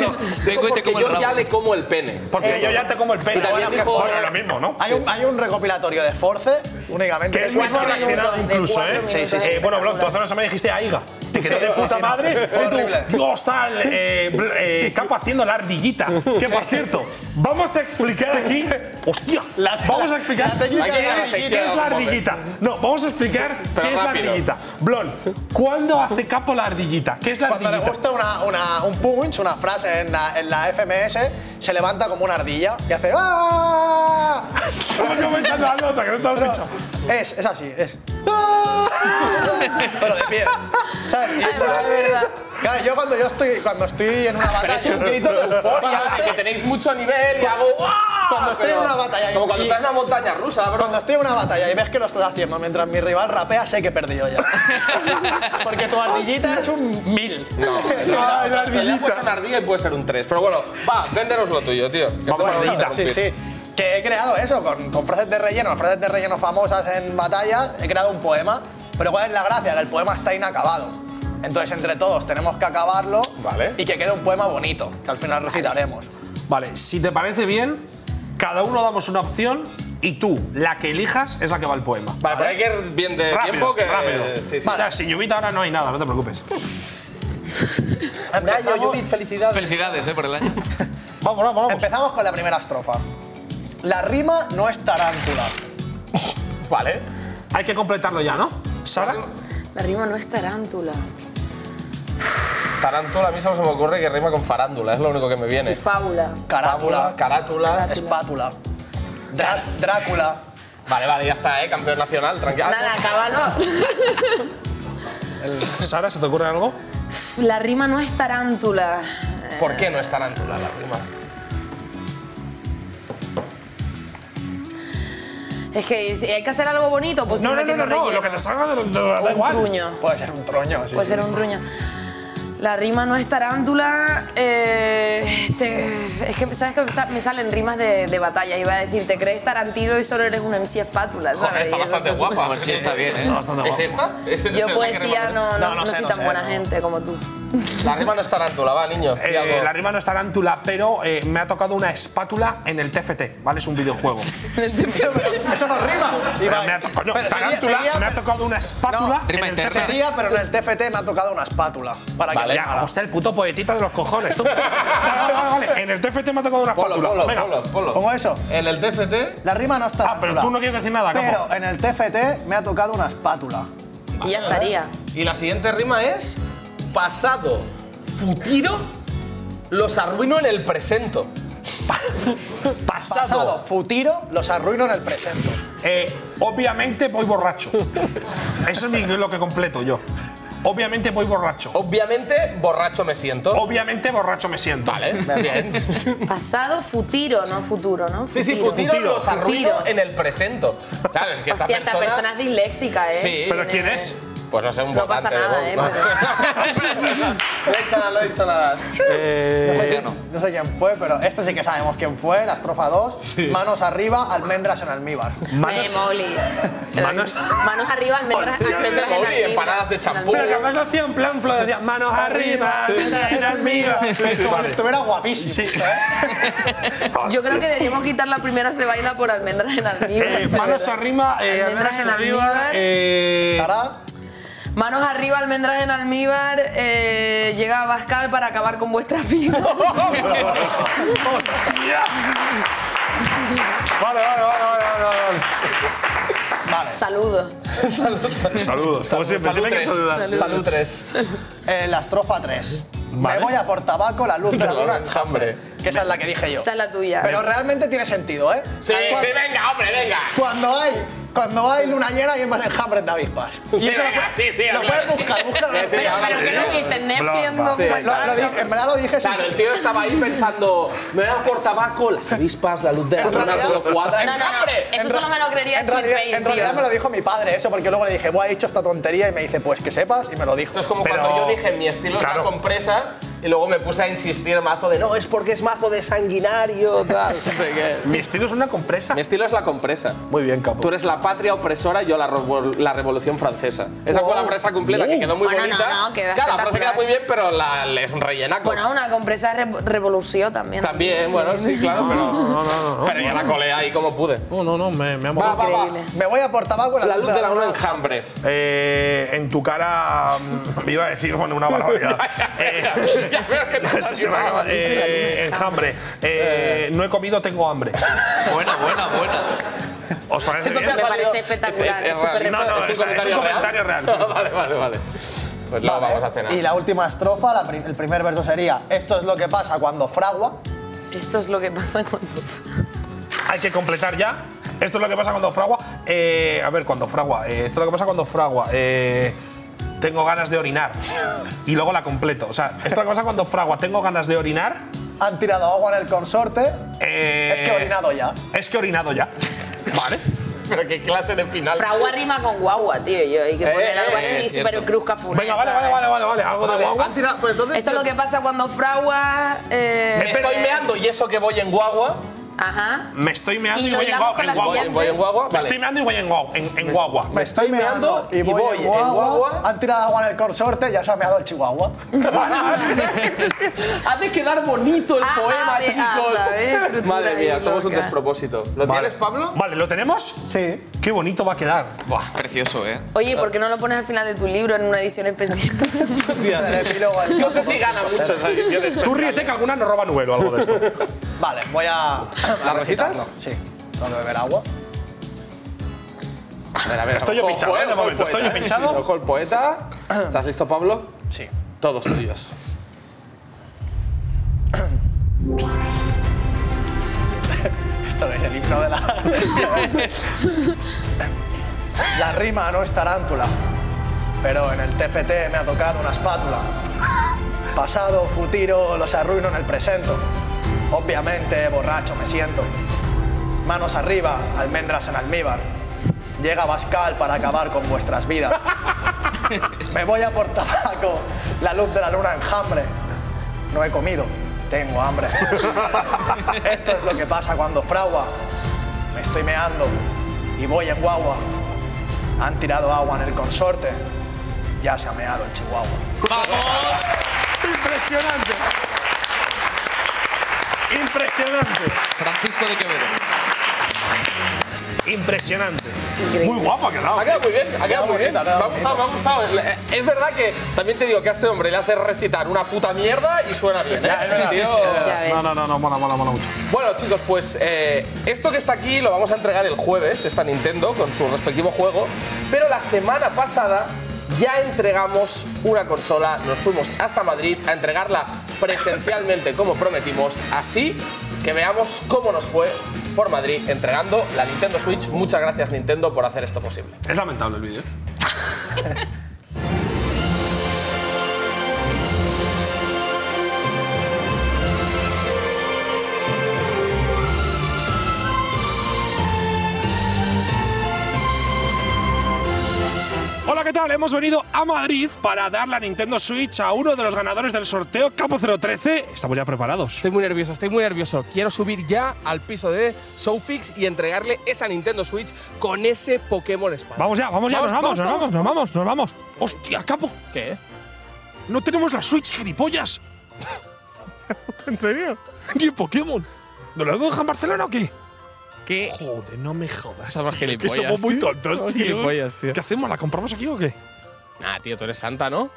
[SPEAKER 12] no, no. Dijo porque
[SPEAKER 1] como el
[SPEAKER 12] yo ya
[SPEAKER 1] rabo.
[SPEAKER 12] le como el pene.
[SPEAKER 1] Porque
[SPEAKER 15] Eh,
[SPEAKER 1] yo ya te como el pelo.
[SPEAKER 15] Y también dijo-
[SPEAKER 1] bueno, lo mismo, ¿no?
[SPEAKER 15] Hay, un, hay un recopilatorio de Force únicamente.
[SPEAKER 1] Que es muy relacionado incluso, ¿eh?
[SPEAKER 15] Sí, sí, sí.
[SPEAKER 1] Eh, bueno, Blon, tú hace una semana dijiste aiga. Te quedó de
[SPEAKER 15] Sí,
[SPEAKER 1] puta
[SPEAKER 15] sí,
[SPEAKER 1] madre.
[SPEAKER 15] fue
[SPEAKER 1] Fue tú,
[SPEAKER 15] horrible.
[SPEAKER 1] Dios, está el, eh, bl- eh, Capo haciendo la ardillita. Que por cierto, vamos a explicar aquí. ¡Hostia! vamos a explicar
[SPEAKER 15] la técnica
[SPEAKER 1] qué
[SPEAKER 15] de la
[SPEAKER 1] es-
[SPEAKER 15] ardillita.
[SPEAKER 1] qué es la
[SPEAKER 15] Vamos,
[SPEAKER 1] ardillita. No, vamos a explicar
[SPEAKER 15] Pero
[SPEAKER 1] qué es la
[SPEAKER 15] rápido.
[SPEAKER 1] ardillita. Blon, ¿cuándo hace Capo la ardillita? ¿Qué es la
[SPEAKER 15] Cuando le
[SPEAKER 1] ardillita?
[SPEAKER 15] gusta una, una- un punch, una frase en la, en la FMS, se levanta como una ardilla y hace ¡Ah!
[SPEAKER 1] Estamos comentando la nota, que no te lo has dicho.
[SPEAKER 15] Es, es así, es. ¡Ah! Pero de pie. ¿sabes?
[SPEAKER 8] Eso es verdad.
[SPEAKER 15] Claro, yo cuando yo estoy, cuando estoy en una
[SPEAKER 12] Pero
[SPEAKER 15] batalla.
[SPEAKER 12] es un grito de euforia,
[SPEAKER 15] Cuando
[SPEAKER 12] que
[SPEAKER 15] estoy-
[SPEAKER 12] tenéis mucho nivel y hago ¡guau!
[SPEAKER 15] Cuando estoy en
[SPEAKER 12] Pero-
[SPEAKER 15] una batalla.
[SPEAKER 12] Como cuando
[SPEAKER 15] y-
[SPEAKER 12] estás en una montaña rusa, bro.
[SPEAKER 15] Cuando estoy en una batalla y ves que lo estás haciendo mientras mi rival rapea, sé que he perdido ya. Porque tu ardillita es un mil. *laughs*
[SPEAKER 12] No, no, no, no, puede ser una ardilla y puede ser un 3. Pero bueno, va, véndenos lo tuyo, tío. que
[SPEAKER 15] Vamos
[SPEAKER 12] te
[SPEAKER 15] a
[SPEAKER 12] van
[SPEAKER 15] ardillita. Sí,
[SPEAKER 12] interrumpir.
[SPEAKER 15] sí. Que he creado eso, con, con frases de relleno, frases de relleno famosas en batallas, he creado un poema. Pero ¿cuál es la gracia? Que el poema está inacabado. Entonces, entre todos tenemos que acabarlo y que quede un poema bonito, que al final recitaremos.
[SPEAKER 1] Vale, si te parece bien, cada uno damos una opción y tú, la que elijas, es la que va al poema.
[SPEAKER 12] Vale, pero hay que ir bien de
[SPEAKER 1] rápido,
[SPEAKER 12] tiempo
[SPEAKER 3] eh,
[SPEAKER 12] que.
[SPEAKER 1] rápido.
[SPEAKER 12] Sí, sí.
[SPEAKER 1] Vale, sin lluvita ahora no hay nada, no te preocupes.
[SPEAKER 15] Empezamos-
[SPEAKER 12] felicidades.
[SPEAKER 5] Felicidades, eh, por el año.
[SPEAKER 1] Vamos, vamos, vamos.
[SPEAKER 15] Empezamos con la primera estrofa. La rima no es tarántula.
[SPEAKER 12] Vale.
[SPEAKER 1] Hay que completarlo ya, ¿no? Sara.
[SPEAKER 8] La rima no es tarántula.
[SPEAKER 12] Tarántula, a mí solo se me ocurre que rima con farándula, es lo único que me
[SPEAKER 8] Y
[SPEAKER 12] viene.
[SPEAKER 8] fábula.
[SPEAKER 15] Carátula.
[SPEAKER 12] Fábula, Carátula.
[SPEAKER 15] Espátula. Drá- Drácula.
[SPEAKER 12] Vale, vale, ya está, eh, campeón nacional, tranquilo.
[SPEAKER 8] Nada, acábalo.
[SPEAKER 1] Sara, ¿se te ocurre algo?
[SPEAKER 8] *laughs* La rima no es tarántula.
[SPEAKER 12] ¿Por qué no es tarántula la rima?
[SPEAKER 8] Es que si hay que hacer algo bonito, pues
[SPEAKER 1] no, no,
[SPEAKER 8] siempre
[SPEAKER 1] no, no,
[SPEAKER 8] tiene
[SPEAKER 1] no,
[SPEAKER 8] relleno.
[SPEAKER 1] lo que te salga de, de, da
[SPEAKER 8] O un
[SPEAKER 1] igual.
[SPEAKER 8] truño.
[SPEAKER 15] Puede ser un truño, sí.
[SPEAKER 8] Puede
[SPEAKER 15] sí.
[SPEAKER 8] ser un ruño. La rima no es tarántula. eh, este, es que, ¿sabes que me está- Me salen rimas de, de batalla. Iba a decir, te crees tarantino y solo eres un MC espátula.
[SPEAKER 12] Joder,
[SPEAKER 8] ¿sabes?
[SPEAKER 12] está
[SPEAKER 8] Y eso-
[SPEAKER 12] bastante guapa.
[SPEAKER 5] A ver si está bien, ¿eh?
[SPEAKER 1] Está bastante
[SPEAKER 12] ¿Es
[SPEAKER 1] guapo.
[SPEAKER 12] esta? ¿Es- es la que
[SPEAKER 8] Yo poesía
[SPEAKER 12] rima?
[SPEAKER 8] no, no,
[SPEAKER 15] No, no
[SPEAKER 8] no
[SPEAKER 15] sé,
[SPEAKER 8] soy
[SPEAKER 15] no
[SPEAKER 8] tan
[SPEAKER 15] sé,
[SPEAKER 8] buena
[SPEAKER 15] no.
[SPEAKER 8] gente como tú.
[SPEAKER 12] La rima no es tarántula, va, niño. di
[SPEAKER 1] Eh,
[SPEAKER 12] algo.
[SPEAKER 1] la rima no es tarántula, pero eh, me ha tocado una espátula en el TFT, ¿vale? Es un videojuego.
[SPEAKER 15] *laughs*
[SPEAKER 1] *laughs*
[SPEAKER 15] Eso no rima.
[SPEAKER 1] Pero
[SPEAKER 15] Ibai.
[SPEAKER 1] me ha to- coño,
[SPEAKER 15] Pero sería-
[SPEAKER 1] tarántula,
[SPEAKER 15] sería-
[SPEAKER 1] me ha tocado una espátula
[SPEAKER 15] No,
[SPEAKER 1] en el TFT.
[SPEAKER 15] Sería, pero en el TFT me ha tocado una espátula. Para que lo
[SPEAKER 12] Vale.
[SPEAKER 1] Ya,
[SPEAKER 15] llamara.
[SPEAKER 1] hostia, el puto poetita de los *laughs* cojones. tú. Vale, vale, vale, vale. En el TFT me ha tocado una
[SPEAKER 12] Polo,
[SPEAKER 1] espátula.
[SPEAKER 12] polo,
[SPEAKER 1] Venga.
[SPEAKER 12] polo, polo.
[SPEAKER 15] Pongo eso.
[SPEAKER 12] En el TFT.
[SPEAKER 15] La rima no está.
[SPEAKER 1] Ah, pero tú no quieres decir nada, capo.
[SPEAKER 15] Pero en el TFT me ha tocado una espátula.
[SPEAKER 8] Y ya estaría.
[SPEAKER 12] Y la siguiente rima es. Pasado, futuro, los arruino en el presento. *laughs*
[SPEAKER 1] Pasado.
[SPEAKER 15] Pasado, futuro, los arruino en el presente.
[SPEAKER 1] Eh, obviamente voy borracho. Eso es mi- lo que completo yo. Obviamente voy borracho.
[SPEAKER 12] Obviamente, borracho me siento.
[SPEAKER 1] Obviamente borracho me siento.
[SPEAKER 8] *laughs*
[SPEAKER 12] Vale, bien.
[SPEAKER 8] Pasado, futuro, no futuro, ¿no?
[SPEAKER 12] Sí, sí, futuro, los arruino
[SPEAKER 8] Futiro.
[SPEAKER 12] en el presento. ¿Sabes? Que esta
[SPEAKER 8] Hostia, esta
[SPEAKER 12] persona.
[SPEAKER 8] persona es disléxica, ¿eh?
[SPEAKER 12] Sí.
[SPEAKER 1] ¿Pero
[SPEAKER 8] Tiene-
[SPEAKER 1] quién es?
[SPEAKER 12] Pues no sé, un
[SPEAKER 8] No pasa
[SPEAKER 12] votante de
[SPEAKER 8] nada,
[SPEAKER 12] Vox,
[SPEAKER 8] eh,
[SPEAKER 12] ¿no? *laughs* No he hecho nada, no he hecho nada.
[SPEAKER 15] No sé quién fue, pero esto sí que sabemos quién fue, la estrofa 2. Manos arriba, almendras en almíbar.
[SPEAKER 8] Me moli.
[SPEAKER 1] *laughs* manos.
[SPEAKER 8] Eh, Manos arriba, almendras,
[SPEAKER 12] Hostia,
[SPEAKER 8] almendras en
[SPEAKER 12] Moli,
[SPEAKER 8] almíbar.
[SPEAKER 12] empanadas de champú.
[SPEAKER 1] Pero que además lo hacía en plan flow, decía manos arriba, en almíbar.
[SPEAKER 15] Como si
[SPEAKER 1] Vale.
[SPEAKER 15] estuviera guapísimo. ¿eh?
[SPEAKER 8] Yo creo que deberíamos quitar la primera se baila por almendras en almíbar.
[SPEAKER 1] Eh, manos
[SPEAKER 8] de verdad.
[SPEAKER 1] arriba, eh, almendras
[SPEAKER 8] Almendras
[SPEAKER 1] en
[SPEAKER 8] en
[SPEAKER 1] almíbar.
[SPEAKER 8] almíbar.
[SPEAKER 1] eh,
[SPEAKER 15] Sara,
[SPEAKER 8] Manos arriba, almendras en almíbar. eh, llega a Bascal para acabar con
[SPEAKER 1] *laughs*
[SPEAKER 8] vuestras vidas.
[SPEAKER 1] Vale, vale, vale, vale, vale, vale.
[SPEAKER 8] Saludos.
[SPEAKER 1] Saludos. Como siempre,
[SPEAKER 12] Salud
[SPEAKER 1] siempre hay que
[SPEAKER 12] 3.
[SPEAKER 1] saludar.
[SPEAKER 12] Salud 3.
[SPEAKER 15] eh, la estrofa 3.
[SPEAKER 1] Vale.
[SPEAKER 15] Me voy a por tabaco, la luz de la luna.
[SPEAKER 12] Hambre.
[SPEAKER 15] Que esa es la que dije yo.
[SPEAKER 8] Esa es la tuya.
[SPEAKER 15] Pero realmente tiene sentido, ¿eh?
[SPEAKER 12] Sí,
[SPEAKER 15] Cuando-
[SPEAKER 12] sí, venga, hombre, venga.
[SPEAKER 15] Cuando hay Cuando hay luna llena hay más enjambres de avispas. Y
[SPEAKER 12] Sí,
[SPEAKER 15] eso lo
[SPEAKER 12] venga,
[SPEAKER 15] puedes-
[SPEAKER 12] sí, sí,
[SPEAKER 15] lo
[SPEAKER 12] habla.
[SPEAKER 15] puedes buscar, búscalo.
[SPEAKER 12] Sí, sí, habla, Pero sí. que lo viste en Netflix, no
[SPEAKER 15] Sí.
[SPEAKER 12] cuenta.
[SPEAKER 15] Lo- lo dije- En verdad lo dije sin-
[SPEAKER 12] Claro, el tío estaba ahí pensando, me voy a por tabaco, las avispas, la luz de la luna, todo cuadra.
[SPEAKER 8] No, no, no. Eso
[SPEAKER 15] En
[SPEAKER 8] solo
[SPEAKER 15] ra-
[SPEAKER 8] me lo creería
[SPEAKER 15] en
[SPEAKER 8] Sweet
[SPEAKER 15] realidad,
[SPEAKER 8] Pain,
[SPEAKER 15] En realidad
[SPEAKER 8] tío.
[SPEAKER 15] me lo dijo mi padre eso, porque luego le dije, bueno, ha dicho esta tontería y me dice, pues que sepas, y me lo dijo.
[SPEAKER 12] Esto es como cuando yo dije mi estilo es la compresa y luego me puse a insistir mazo de no, es porque es mazo de sanguinario, tal.
[SPEAKER 1] mi estilo es una compresa.
[SPEAKER 12] Mi estilo es la compresa.
[SPEAKER 1] Muy bien, capo.
[SPEAKER 12] Tú eres la patria opresora, yo la, revol- la revolución francesa. Esa fue
[SPEAKER 8] Oh.
[SPEAKER 12] la frase completa
[SPEAKER 8] Uh.
[SPEAKER 12] que quedó muy
[SPEAKER 8] Bueno, no,
[SPEAKER 12] bonita.
[SPEAKER 8] no, queda
[SPEAKER 12] claro, la frase queda
[SPEAKER 8] espectacular.
[SPEAKER 12] muy bien, pero la, es un rellenaco.
[SPEAKER 8] Bueno, una compresa re- revolución también.
[SPEAKER 12] También, bueno, sí, claro, pero, pero yo la colé ahí como pude.
[SPEAKER 1] No, no, no, me, me ha molado.
[SPEAKER 8] Increíble.
[SPEAKER 15] Me voy a por tabaco en
[SPEAKER 12] La luz de la luna enjambre.
[SPEAKER 1] Eh, en tu cara mm, me iba a decir bueno, una
[SPEAKER 8] *laughs*
[SPEAKER 1] barbaridad. Eh, *laughs* se- se me acaba- eh, enjambre. Eh, no he comido, tengo hambre.
[SPEAKER 5] Buena, buena, buena.
[SPEAKER 1] ¿Os parece
[SPEAKER 8] Eso te
[SPEAKER 1] bien?
[SPEAKER 8] ha Me parece salido- espectacular, es- es es súper real.
[SPEAKER 1] No, no,
[SPEAKER 8] ¿Es
[SPEAKER 1] es,
[SPEAKER 8] un
[SPEAKER 1] es un
[SPEAKER 8] comentario real?
[SPEAKER 1] comentario
[SPEAKER 8] *laughs*
[SPEAKER 1] real.
[SPEAKER 12] vale, vale, vale. Pues luego vamos a cenar.
[SPEAKER 15] Y la última estrofa, la pri- el primer verso sería, esto es lo que pasa cuando fragua.
[SPEAKER 8] Esto es lo que pasa cuando.
[SPEAKER 1] Hay que completar ya. Esto es lo que pasa cuando fragua. Eh, a ver, cuando fragua. Eh, esto es lo que pasa cuando fragua. Eh, tengo ganas de orinar. Y luego la completo. O sea, esto es lo que pasa cuando fragua. Tengo ganas de orinar.
[SPEAKER 15] Han tirado agua en el consorte.
[SPEAKER 1] Eh,
[SPEAKER 15] Es que he orinado ya.
[SPEAKER 1] Es que he orinado ya.
[SPEAKER 8] *laughs*
[SPEAKER 1] Vale.
[SPEAKER 12] Pero qué clase de final.
[SPEAKER 8] Fragua rima con guagua, tío. Yo hay que
[SPEAKER 12] Eh,
[SPEAKER 8] poner
[SPEAKER 12] eh,
[SPEAKER 8] algo
[SPEAKER 12] eh,
[SPEAKER 8] así
[SPEAKER 12] es
[SPEAKER 8] súper
[SPEAKER 12] cierto.
[SPEAKER 8] cruz cafunesa,
[SPEAKER 1] Venga, vale, vale,
[SPEAKER 8] ¿eh?
[SPEAKER 1] vale, vale, vale. Algo de
[SPEAKER 12] Vale,
[SPEAKER 1] guagua.
[SPEAKER 12] han tirado- pues entonces
[SPEAKER 8] Esto es lo que pasa cuando fragua. eh,
[SPEAKER 12] Me estoy meando y eso que voy en guagua.
[SPEAKER 8] Ajá.
[SPEAKER 1] Me estoy meando
[SPEAKER 8] Y
[SPEAKER 1] y,
[SPEAKER 8] lo
[SPEAKER 1] voy en
[SPEAKER 8] hilamos
[SPEAKER 1] guagua.
[SPEAKER 8] con
[SPEAKER 1] en
[SPEAKER 8] la
[SPEAKER 1] guagua.
[SPEAKER 8] siguiente.
[SPEAKER 12] Voy en guagua,
[SPEAKER 1] Me
[SPEAKER 12] vale.
[SPEAKER 1] estoy meando y voy en guagua. En, en guagua.
[SPEAKER 15] Me estoy meando y voy, en guagua. Han tirado agua en el consorte y ya se ha meado el chihuahua.
[SPEAKER 12] Ha de quedar bonito el
[SPEAKER 8] Ah,
[SPEAKER 12] poema,
[SPEAKER 8] a ver, ah, ¿sabes?
[SPEAKER 12] chicos.
[SPEAKER 8] Estructura
[SPEAKER 12] Madre mía,
[SPEAKER 8] ahí
[SPEAKER 12] somos un
[SPEAKER 8] loca.
[SPEAKER 12] despropósito. ¿Lo
[SPEAKER 1] Vale.
[SPEAKER 12] tienes, Pablo?
[SPEAKER 1] Vale, ¿lo tenemos?
[SPEAKER 15] Sí.
[SPEAKER 1] Qué bonito va a quedar.
[SPEAKER 5] Buah, precioso, ¿eh?
[SPEAKER 8] Oye, ¿por qué no lo pones al final de tu libro en una edición especial?
[SPEAKER 15] El epílogo al-
[SPEAKER 12] No sé si gana mucho esa edición especial.
[SPEAKER 1] Tú ríete que alguna nos roba Nubel o algo de
[SPEAKER 12] *laughs*
[SPEAKER 1] esto.
[SPEAKER 15] Vale, voy a.
[SPEAKER 12] ¿Las recitas?
[SPEAKER 15] recitarlo. Sí. Solo beber agua.
[SPEAKER 12] A ver, a ver.
[SPEAKER 1] Estoy yo
[SPEAKER 12] ojo,
[SPEAKER 1] pinchado,
[SPEAKER 12] eh,
[SPEAKER 1] eh, de
[SPEAKER 12] ojo el
[SPEAKER 1] momento, estoy yo
[SPEAKER 12] poeta, eh.
[SPEAKER 1] pinchado.
[SPEAKER 12] Ojo el poeta. ¿Estás listo, Pablo?
[SPEAKER 15] Sí.
[SPEAKER 12] Todos tuyos.
[SPEAKER 15] Esto es el himno de la. la rima no es tarántula, pero en el TFT me ha tocado una espátula. Pasado, futiro, los arruino en el presente. Obviamente, borracho me siento. Manos arriba, almendras en almíbar. Llega Bascal para acabar con vuestras vidas. Me voy a por tabaco, la luz de la luna enjambre. No he comido, tengo hambre. *laughs* Esto es lo que pasa cuando fragua. Me estoy meando y voy en guagua. Han tirado agua en el consorte. Ya se ha meado el chihuahua.
[SPEAKER 1] Impresionante. Impresionante.
[SPEAKER 5] Francisco de Quevedo.
[SPEAKER 1] Impresionante. Muy guapo ha quedado.
[SPEAKER 12] Ha quedado muy bien, ha quedado muy bien. Me
[SPEAKER 15] bonito, ha quedado
[SPEAKER 12] ha gustado, me ha gustado. Eh, Es verdad que también te digo que a este hombre le hace recitar una puta mierda y suena bien. ¿eh?
[SPEAKER 1] Ya, es verdad.
[SPEAKER 12] Tío.
[SPEAKER 8] Ya ves.
[SPEAKER 1] No, no, no, no, mola, mola, mola mucho.
[SPEAKER 12] Bueno, chicos, pues eh, esto que está aquí lo vamos a entregar el jueves, esta Nintendo, con su respectivo juego. Pero la semana pasada ya entregamos una consola, nos fuimos hasta Madrid a entregarla presencialmente, como prometimos. Así que veamos cómo nos fue por Madrid entregando la Nintendo Switch. Muchas gracias, Nintendo, por hacer esto posible.
[SPEAKER 1] Es lamentable el vídeo. Hola, ¿qué tal? Hemos venido a Madrid para dar la Nintendo Switch a uno de los ganadores del sorteo Capo 013. Estamos ya preparados.
[SPEAKER 12] Estoy muy nervioso, estoy muy nervioso. Quiero subir ya al piso de Soufix y entregarle esa Nintendo Switch con ese Pokémon Espada.
[SPEAKER 1] Vamos ya, vamos ya, nos vamos, nos vamos, nos vamos, nos vamos. Hostia, Capo,
[SPEAKER 12] ¿Qué?
[SPEAKER 1] no tenemos la Switch, gilipollas.
[SPEAKER 18] *laughs* ¿En
[SPEAKER 1] *laughs*
[SPEAKER 18] serio?
[SPEAKER 1] ¿Qué Pokémon? ¿Nos lo dejan en Barcelona o qué?
[SPEAKER 18] ¿Qué?
[SPEAKER 1] Joder, no me jodas.
[SPEAKER 12] Somos
[SPEAKER 1] tío, que
[SPEAKER 12] gilipollas,
[SPEAKER 1] somos muy
[SPEAKER 12] tío.
[SPEAKER 1] tontos,
[SPEAKER 12] Somos
[SPEAKER 1] tío.
[SPEAKER 12] gilipollas, tío.
[SPEAKER 1] ¿Qué hacemos? ¿La compramos aquí o qué?
[SPEAKER 12] Nah, tío, tú eres santa, ¿no?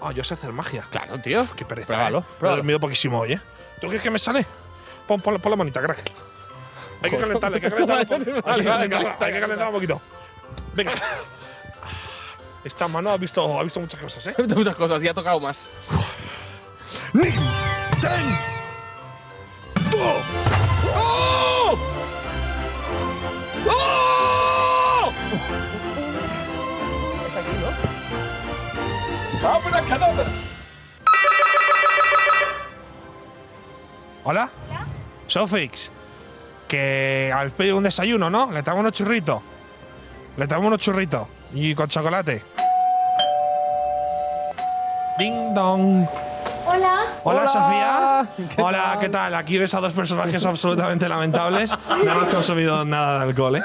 [SPEAKER 1] Ah, yo sé hacer magia.
[SPEAKER 12] Claro, tío.
[SPEAKER 1] *laughs* Qué pereza.
[SPEAKER 12] Pruébalo,
[SPEAKER 1] eh. Me he
[SPEAKER 12] pruébalo.
[SPEAKER 1] dormido poquísimo hoy, ¿eh? ¿Tú crees que me sale? Pon, pon- pon la manita, crack. Hay que
[SPEAKER 12] Joder.
[SPEAKER 1] calentarla, hay que
[SPEAKER 12] *laughs*
[SPEAKER 1] calentarla. un
[SPEAKER 12] Vale,
[SPEAKER 1] poco.
[SPEAKER 12] vale,
[SPEAKER 1] Hay que
[SPEAKER 12] vale,
[SPEAKER 1] calentarla,
[SPEAKER 12] calenta,
[SPEAKER 1] hay que calentarla un poquito.
[SPEAKER 12] *laughs*
[SPEAKER 1] Venga. Esta mano ha visto, ha visto muchas cosas, ¿eh?
[SPEAKER 12] Muchas cosas, ya ha tocado más.
[SPEAKER 1] ¡Nintendo! ¡Oh! ¡Oh!
[SPEAKER 12] ¡Abra cadáver!
[SPEAKER 1] ¿Hola? Sofix, que habéis pedido un desayuno, ¿no? Le traemos unos churritos. Le traemos unos churritos. Y con chocolate. Ding dong.
[SPEAKER 3] Hola.
[SPEAKER 1] Hola, Sofía. Hola, ¿qué tal? Aquí ves a dos personajes absolutamente lamentables. No hemos consumido nada de alcohol, ¿eh?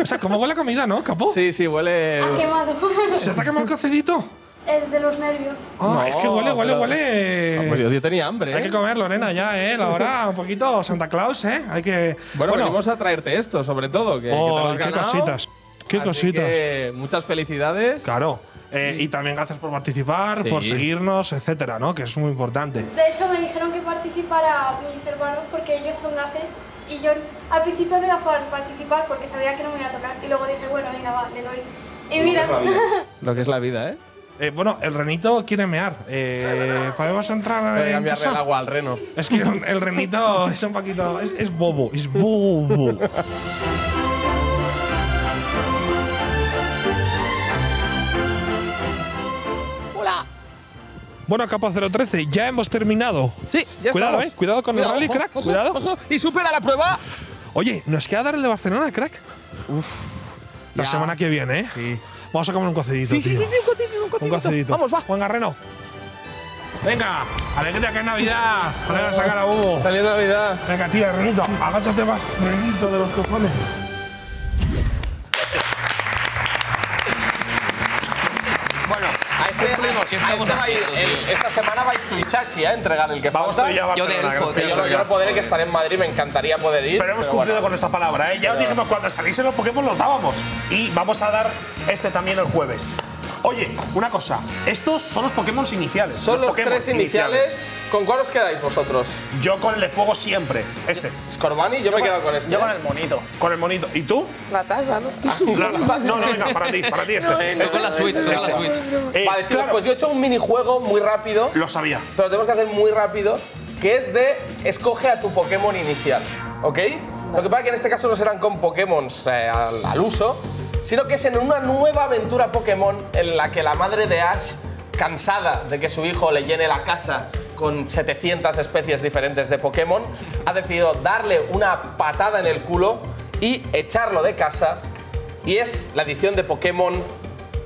[SPEAKER 1] O sea, ¿cómo huele la comida, no, capo?
[SPEAKER 12] Sí, sí, huele.
[SPEAKER 3] Ha quemado.
[SPEAKER 1] ¿Se te ha quemado el cocidito?
[SPEAKER 3] Es de los nervios.
[SPEAKER 1] Ah, es que huele, huele,
[SPEAKER 12] pero-
[SPEAKER 1] Ah, huele.
[SPEAKER 12] Vamos, Dios, Pues yo tenía hambre. ¿eh?
[SPEAKER 1] Hay que comerlo, nena, ya, ¿eh? La hora, un poquito Santa Claus, ¿eh? Hay que.
[SPEAKER 12] Bueno, venimos a traerte esto, sobre todo. Que, que te lo
[SPEAKER 1] Oh,
[SPEAKER 12] has
[SPEAKER 1] qué
[SPEAKER 12] ganado.
[SPEAKER 1] cositas. Qué
[SPEAKER 12] Así
[SPEAKER 1] cositas.
[SPEAKER 12] que muchas felicidades.
[SPEAKER 1] Claro. Eh, y también gracias por participar,
[SPEAKER 12] Sí.
[SPEAKER 1] por seguirnos, etcétera, ¿no? Que es muy importante.
[SPEAKER 3] De hecho, me dijeron que participara mis hermanos porque ellos son gafes y yo al principio no iba a jugar- participar porque sabía que no me iba a tocar y luego dije, bueno, venga, va, le doy. Y mira,
[SPEAKER 12] Lo que es la vida, ¿eh?
[SPEAKER 1] bueno, el renito quiere mear. Eh, ¿Podemos entrar
[SPEAKER 12] Voy a
[SPEAKER 1] en
[SPEAKER 12] cambiarle
[SPEAKER 1] casa?
[SPEAKER 12] el agua al reno.
[SPEAKER 1] Es que el renito es un poquito. Es, es bobo, es bobo.
[SPEAKER 19] Hola.
[SPEAKER 1] bueno, capa 013, ya hemos terminado.
[SPEAKER 12] Sí, ya
[SPEAKER 1] Cuidado,
[SPEAKER 12] estamos.
[SPEAKER 1] eh. Cuidado con
[SPEAKER 12] Cuidado,
[SPEAKER 1] el rally,
[SPEAKER 12] ojo,
[SPEAKER 1] crack.
[SPEAKER 12] ojo,
[SPEAKER 1] cuidado.
[SPEAKER 12] ojo. Y supera la prueba.
[SPEAKER 1] Oye, nos queda dar el de Barcelona, crack. Uf. La
[SPEAKER 12] Ya.
[SPEAKER 1] semana que viene, ¿eh? Vamos a comer un cocidito.
[SPEAKER 12] Sí, sí,
[SPEAKER 1] tío.
[SPEAKER 12] sí, sí, un cocidito, un cocidito.
[SPEAKER 1] cocidito.
[SPEAKER 12] Vamos, va.
[SPEAKER 1] Juan Garreno. Venga, alegría que es Navidad. Vale, a sacar a Hugo.
[SPEAKER 12] Feliz Navidad.
[SPEAKER 1] Venga, tía, Renito, agáchate más, Renito de los cojones.
[SPEAKER 12] Bueno, a este, a este va a ir- el- esta semana vais tú y Chachi ¿eh? a entregar el que
[SPEAKER 1] Vamos
[SPEAKER 12] falta.
[SPEAKER 1] tú y yo a Barcelona, Yo de Elfo, que
[SPEAKER 12] yo,
[SPEAKER 1] tío.
[SPEAKER 12] no, yo no podré, que estaré en Madrid, me encantaría poder ir.
[SPEAKER 1] Pero hemos cumplido con esta palabra, ¿eh? Ya os
[SPEAKER 12] Pero-
[SPEAKER 1] dijimos, cuando saliesen los Pokémon los dábamos. Y vamos a dar este también el jueves. Oye, una cosa. Estos son los Pokémon iniciales.
[SPEAKER 12] Son los,
[SPEAKER 1] Pokémon
[SPEAKER 12] tres iniciales. ¿Con cuál os quedáis vosotros?
[SPEAKER 1] Yo con el de fuego siempre. Este.
[SPEAKER 12] Scorbani, yo, me he quedado con este.
[SPEAKER 1] yo
[SPEAKER 15] con el monito.
[SPEAKER 1] Con el monito. ¿Y tú?
[SPEAKER 8] *laughs* La taza, ¿no?
[SPEAKER 12] *laughs*
[SPEAKER 1] La- la- no, no, venga, para ti, para ti este.
[SPEAKER 12] Venga,
[SPEAKER 1] Este,
[SPEAKER 12] venga, venga,
[SPEAKER 1] este.
[SPEAKER 12] venga.
[SPEAKER 1] Eh,
[SPEAKER 12] vale, chicos,
[SPEAKER 1] claro.
[SPEAKER 12] pues yo he hecho un minijuego muy rápido.
[SPEAKER 1] Lo sabía.
[SPEAKER 12] Pero lo tenemos que hacer muy rápido, que es de escoge a tu Pokémon inicial, ¿ok? Lo que pasa es que en este caso no serán con Pokémon al, al uso, sino que es en una nueva aventura Pokémon en la que la madre de Ash, cansada de que su hijo le llene la casa con 700 especies diferentes de Pokémon, ha decidido darle una patada en el culo y echarlo de casa. Y es la edición de Pokémon...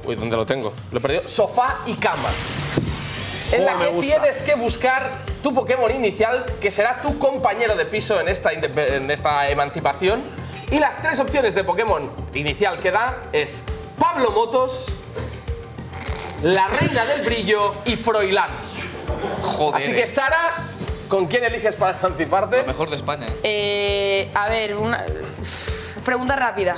[SPEAKER 12] Uy, ¿dónde lo tengo? Lo he perdido. Sofá y cama en la
[SPEAKER 1] Oh, me
[SPEAKER 12] que
[SPEAKER 1] gusta.
[SPEAKER 12] tienes que buscar tu Pokémon inicial, que será tu compañero de piso en esta, inde- en esta emancipación. Y las tres opciones de Pokémon inicial que da es Pablo Motos, la Reina del Brillo y Froilán.
[SPEAKER 5] Joder.
[SPEAKER 1] eh.
[SPEAKER 12] Así que, Sara, ¿con quién eliges para emanciparte? Lo
[SPEAKER 5] mejor de España.
[SPEAKER 8] Eh, a ver, una pregunta rápida.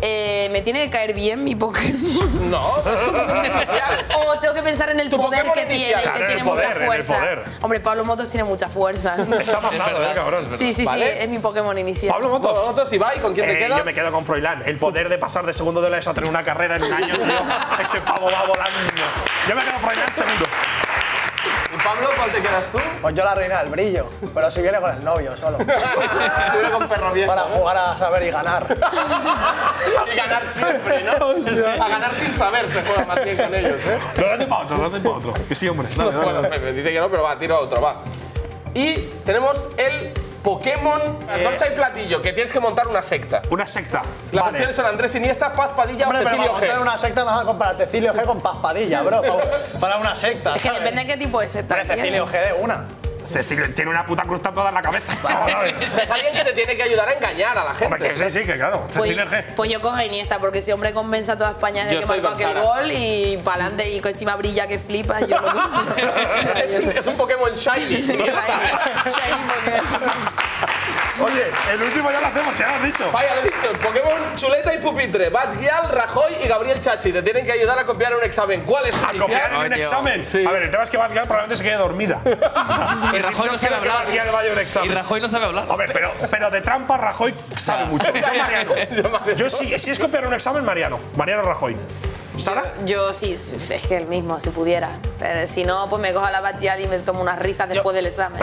[SPEAKER 8] Eh, ¿Me tiene que caer bien mi Pokémon?
[SPEAKER 12] *laughs*
[SPEAKER 8] *laughs*
[SPEAKER 12] No.
[SPEAKER 8] o tengo que pensar en el poder
[SPEAKER 12] Pokémon
[SPEAKER 8] que
[SPEAKER 12] inicial.
[SPEAKER 8] tiene,
[SPEAKER 12] Claro,
[SPEAKER 8] que
[SPEAKER 12] en el
[SPEAKER 8] tiene
[SPEAKER 12] poder, en
[SPEAKER 8] mucha
[SPEAKER 12] el
[SPEAKER 8] fuerza.
[SPEAKER 12] poder.
[SPEAKER 8] Hombre, Pablo Motos tiene mucha
[SPEAKER 12] *laughs*
[SPEAKER 8] fuerza.
[SPEAKER 1] Está más claro, ¿eh, cabrón?
[SPEAKER 8] sí, sí, sí,
[SPEAKER 1] ¿Vale?
[SPEAKER 8] es mi Pokémon inicial.
[SPEAKER 1] Pablo Motos.
[SPEAKER 12] Pablo Motos, Ibai, ¿con quién te
[SPEAKER 1] Eh,
[SPEAKER 12] quedas?
[SPEAKER 1] Yo me quedo con Froilán. El poder de pasar de segundo de la ESO a tener una carrera en un año,
[SPEAKER 12] *laughs*
[SPEAKER 1] tío. Ese pavo va volando. Yo me quedo con Froilán segundo.
[SPEAKER 12] ¿Y Pablo, cuál te quedas *laughs* tú?
[SPEAKER 15] Pues yo la reina del brillo, pero si viene con el novio
[SPEAKER 12] *laughs*
[SPEAKER 15] solo.
[SPEAKER 12] Si viene con perro viejo.
[SPEAKER 15] Para jugar a saber y ganar.
[SPEAKER 12] Y ganar siempre, ¿no? A ganar sin saber se juega más bien con ellos, ¿eh?
[SPEAKER 1] Pero date para otro, date para otro. Que sí, hombre. Dale, dale,
[SPEAKER 12] Bueno,
[SPEAKER 1] dale.
[SPEAKER 12] me- me dice que no, pero va, tiro a otro, va. Y tenemos el Pokémon Antorcha y Platillo, que tienes que montar una secta.
[SPEAKER 1] Una secta.
[SPEAKER 12] Las
[SPEAKER 15] Vale.
[SPEAKER 12] opciones son Andrés Iniesta, Paz Padilla o
[SPEAKER 15] Hombre, pero para
[SPEAKER 12] Cecilio
[SPEAKER 15] montar
[SPEAKER 12] G.
[SPEAKER 15] una secta me vas a comparar Cecilio G con Paspadilla, bro. pa- Para una secta.
[SPEAKER 8] Es que ¿eh?
[SPEAKER 15] ¿sabes?
[SPEAKER 8] depende de qué tipo de secta.
[SPEAKER 15] Hombre, Cecilio G de una.
[SPEAKER 1] Cecilio tiene una puta cruz tatuada en la cabeza. Vamos, vamos.
[SPEAKER 12] O sea, es alguien que te tiene que ayudar a engañar a la gente.
[SPEAKER 1] Hombre, que sí, sí, que claro.
[SPEAKER 8] Pues,
[SPEAKER 1] Cecilio
[SPEAKER 12] eh.
[SPEAKER 1] G.
[SPEAKER 8] pues yo cojo a Iniesta, porque ese hombre convence a toda España de
[SPEAKER 1] Yo
[SPEAKER 8] que
[SPEAKER 1] estoy
[SPEAKER 8] marcó
[SPEAKER 1] con
[SPEAKER 8] aquel
[SPEAKER 1] Sara.
[SPEAKER 8] gol y para adelante y que encima brilla que flipa. Yo lo
[SPEAKER 12] *laughs*
[SPEAKER 8] *laughs*
[SPEAKER 12] es, un, es un Pokémon Shiny. *laughs* ¿no?
[SPEAKER 8] *laughs*
[SPEAKER 1] Oye, el último ya lo hacemos, ya lo has dicho.
[SPEAKER 12] Vaya, lo he dicho. Pokémon Chuleta y Pupitre, Batgial, Rajoy y Gabriel Chachi. Te tienen que ayudar a copiar un examen. ¿Cuál es tu
[SPEAKER 1] A copiar en un examen. A ver, el tema es que Batgirl probablemente se quede dormida.
[SPEAKER 5] Y Rajoy no sabe hablar.
[SPEAKER 1] Y
[SPEAKER 5] Rajoy no sabe hablar.
[SPEAKER 1] Hombre, pero, pero de trampa Rajoy sabe mucho. Yo Mariano. Yo sí, si es copiar un examen, Mariano. Mariano Rajoy. ¿Sara?
[SPEAKER 8] Yo sí, es que el mismo, si pudiera. Pero si no, pues me cojo la batida y me tomo unas risas después del examen.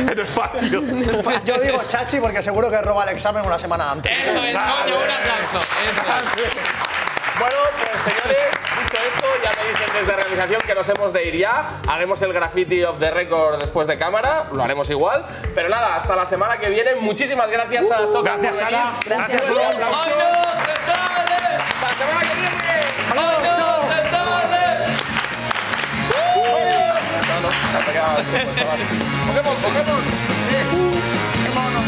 [SPEAKER 1] En el patio.
[SPEAKER 15] Yo digo chachi porque seguro que roba el examen una semana antes.
[SPEAKER 5] Eso es, coño, un aplauso. Eso es.
[SPEAKER 12] Bueno, pues señores, dicho esto, ya me dicen desde Real
[SPEAKER 3] improvisación que nos hemos de ir ya. Haremos el graffiti of the record después de cámara, lo haremos igual. Pero nada, hasta la semana que viene. Muchísimas gracias a
[SPEAKER 12] Uh,
[SPEAKER 3] Soca.
[SPEAKER 12] gracias,
[SPEAKER 3] por
[SPEAKER 12] Sara.
[SPEAKER 3] venir.
[SPEAKER 12] Gracias.
[SPEAKER 3] Un fuerte aplauso.
[SPEAKER 20] ¡Hasta
[SPEAKER 3] la semana que viene! No, no, no te quedaba el tiempo, chaval. Pokémon, Pokémon. Eh, qué mono.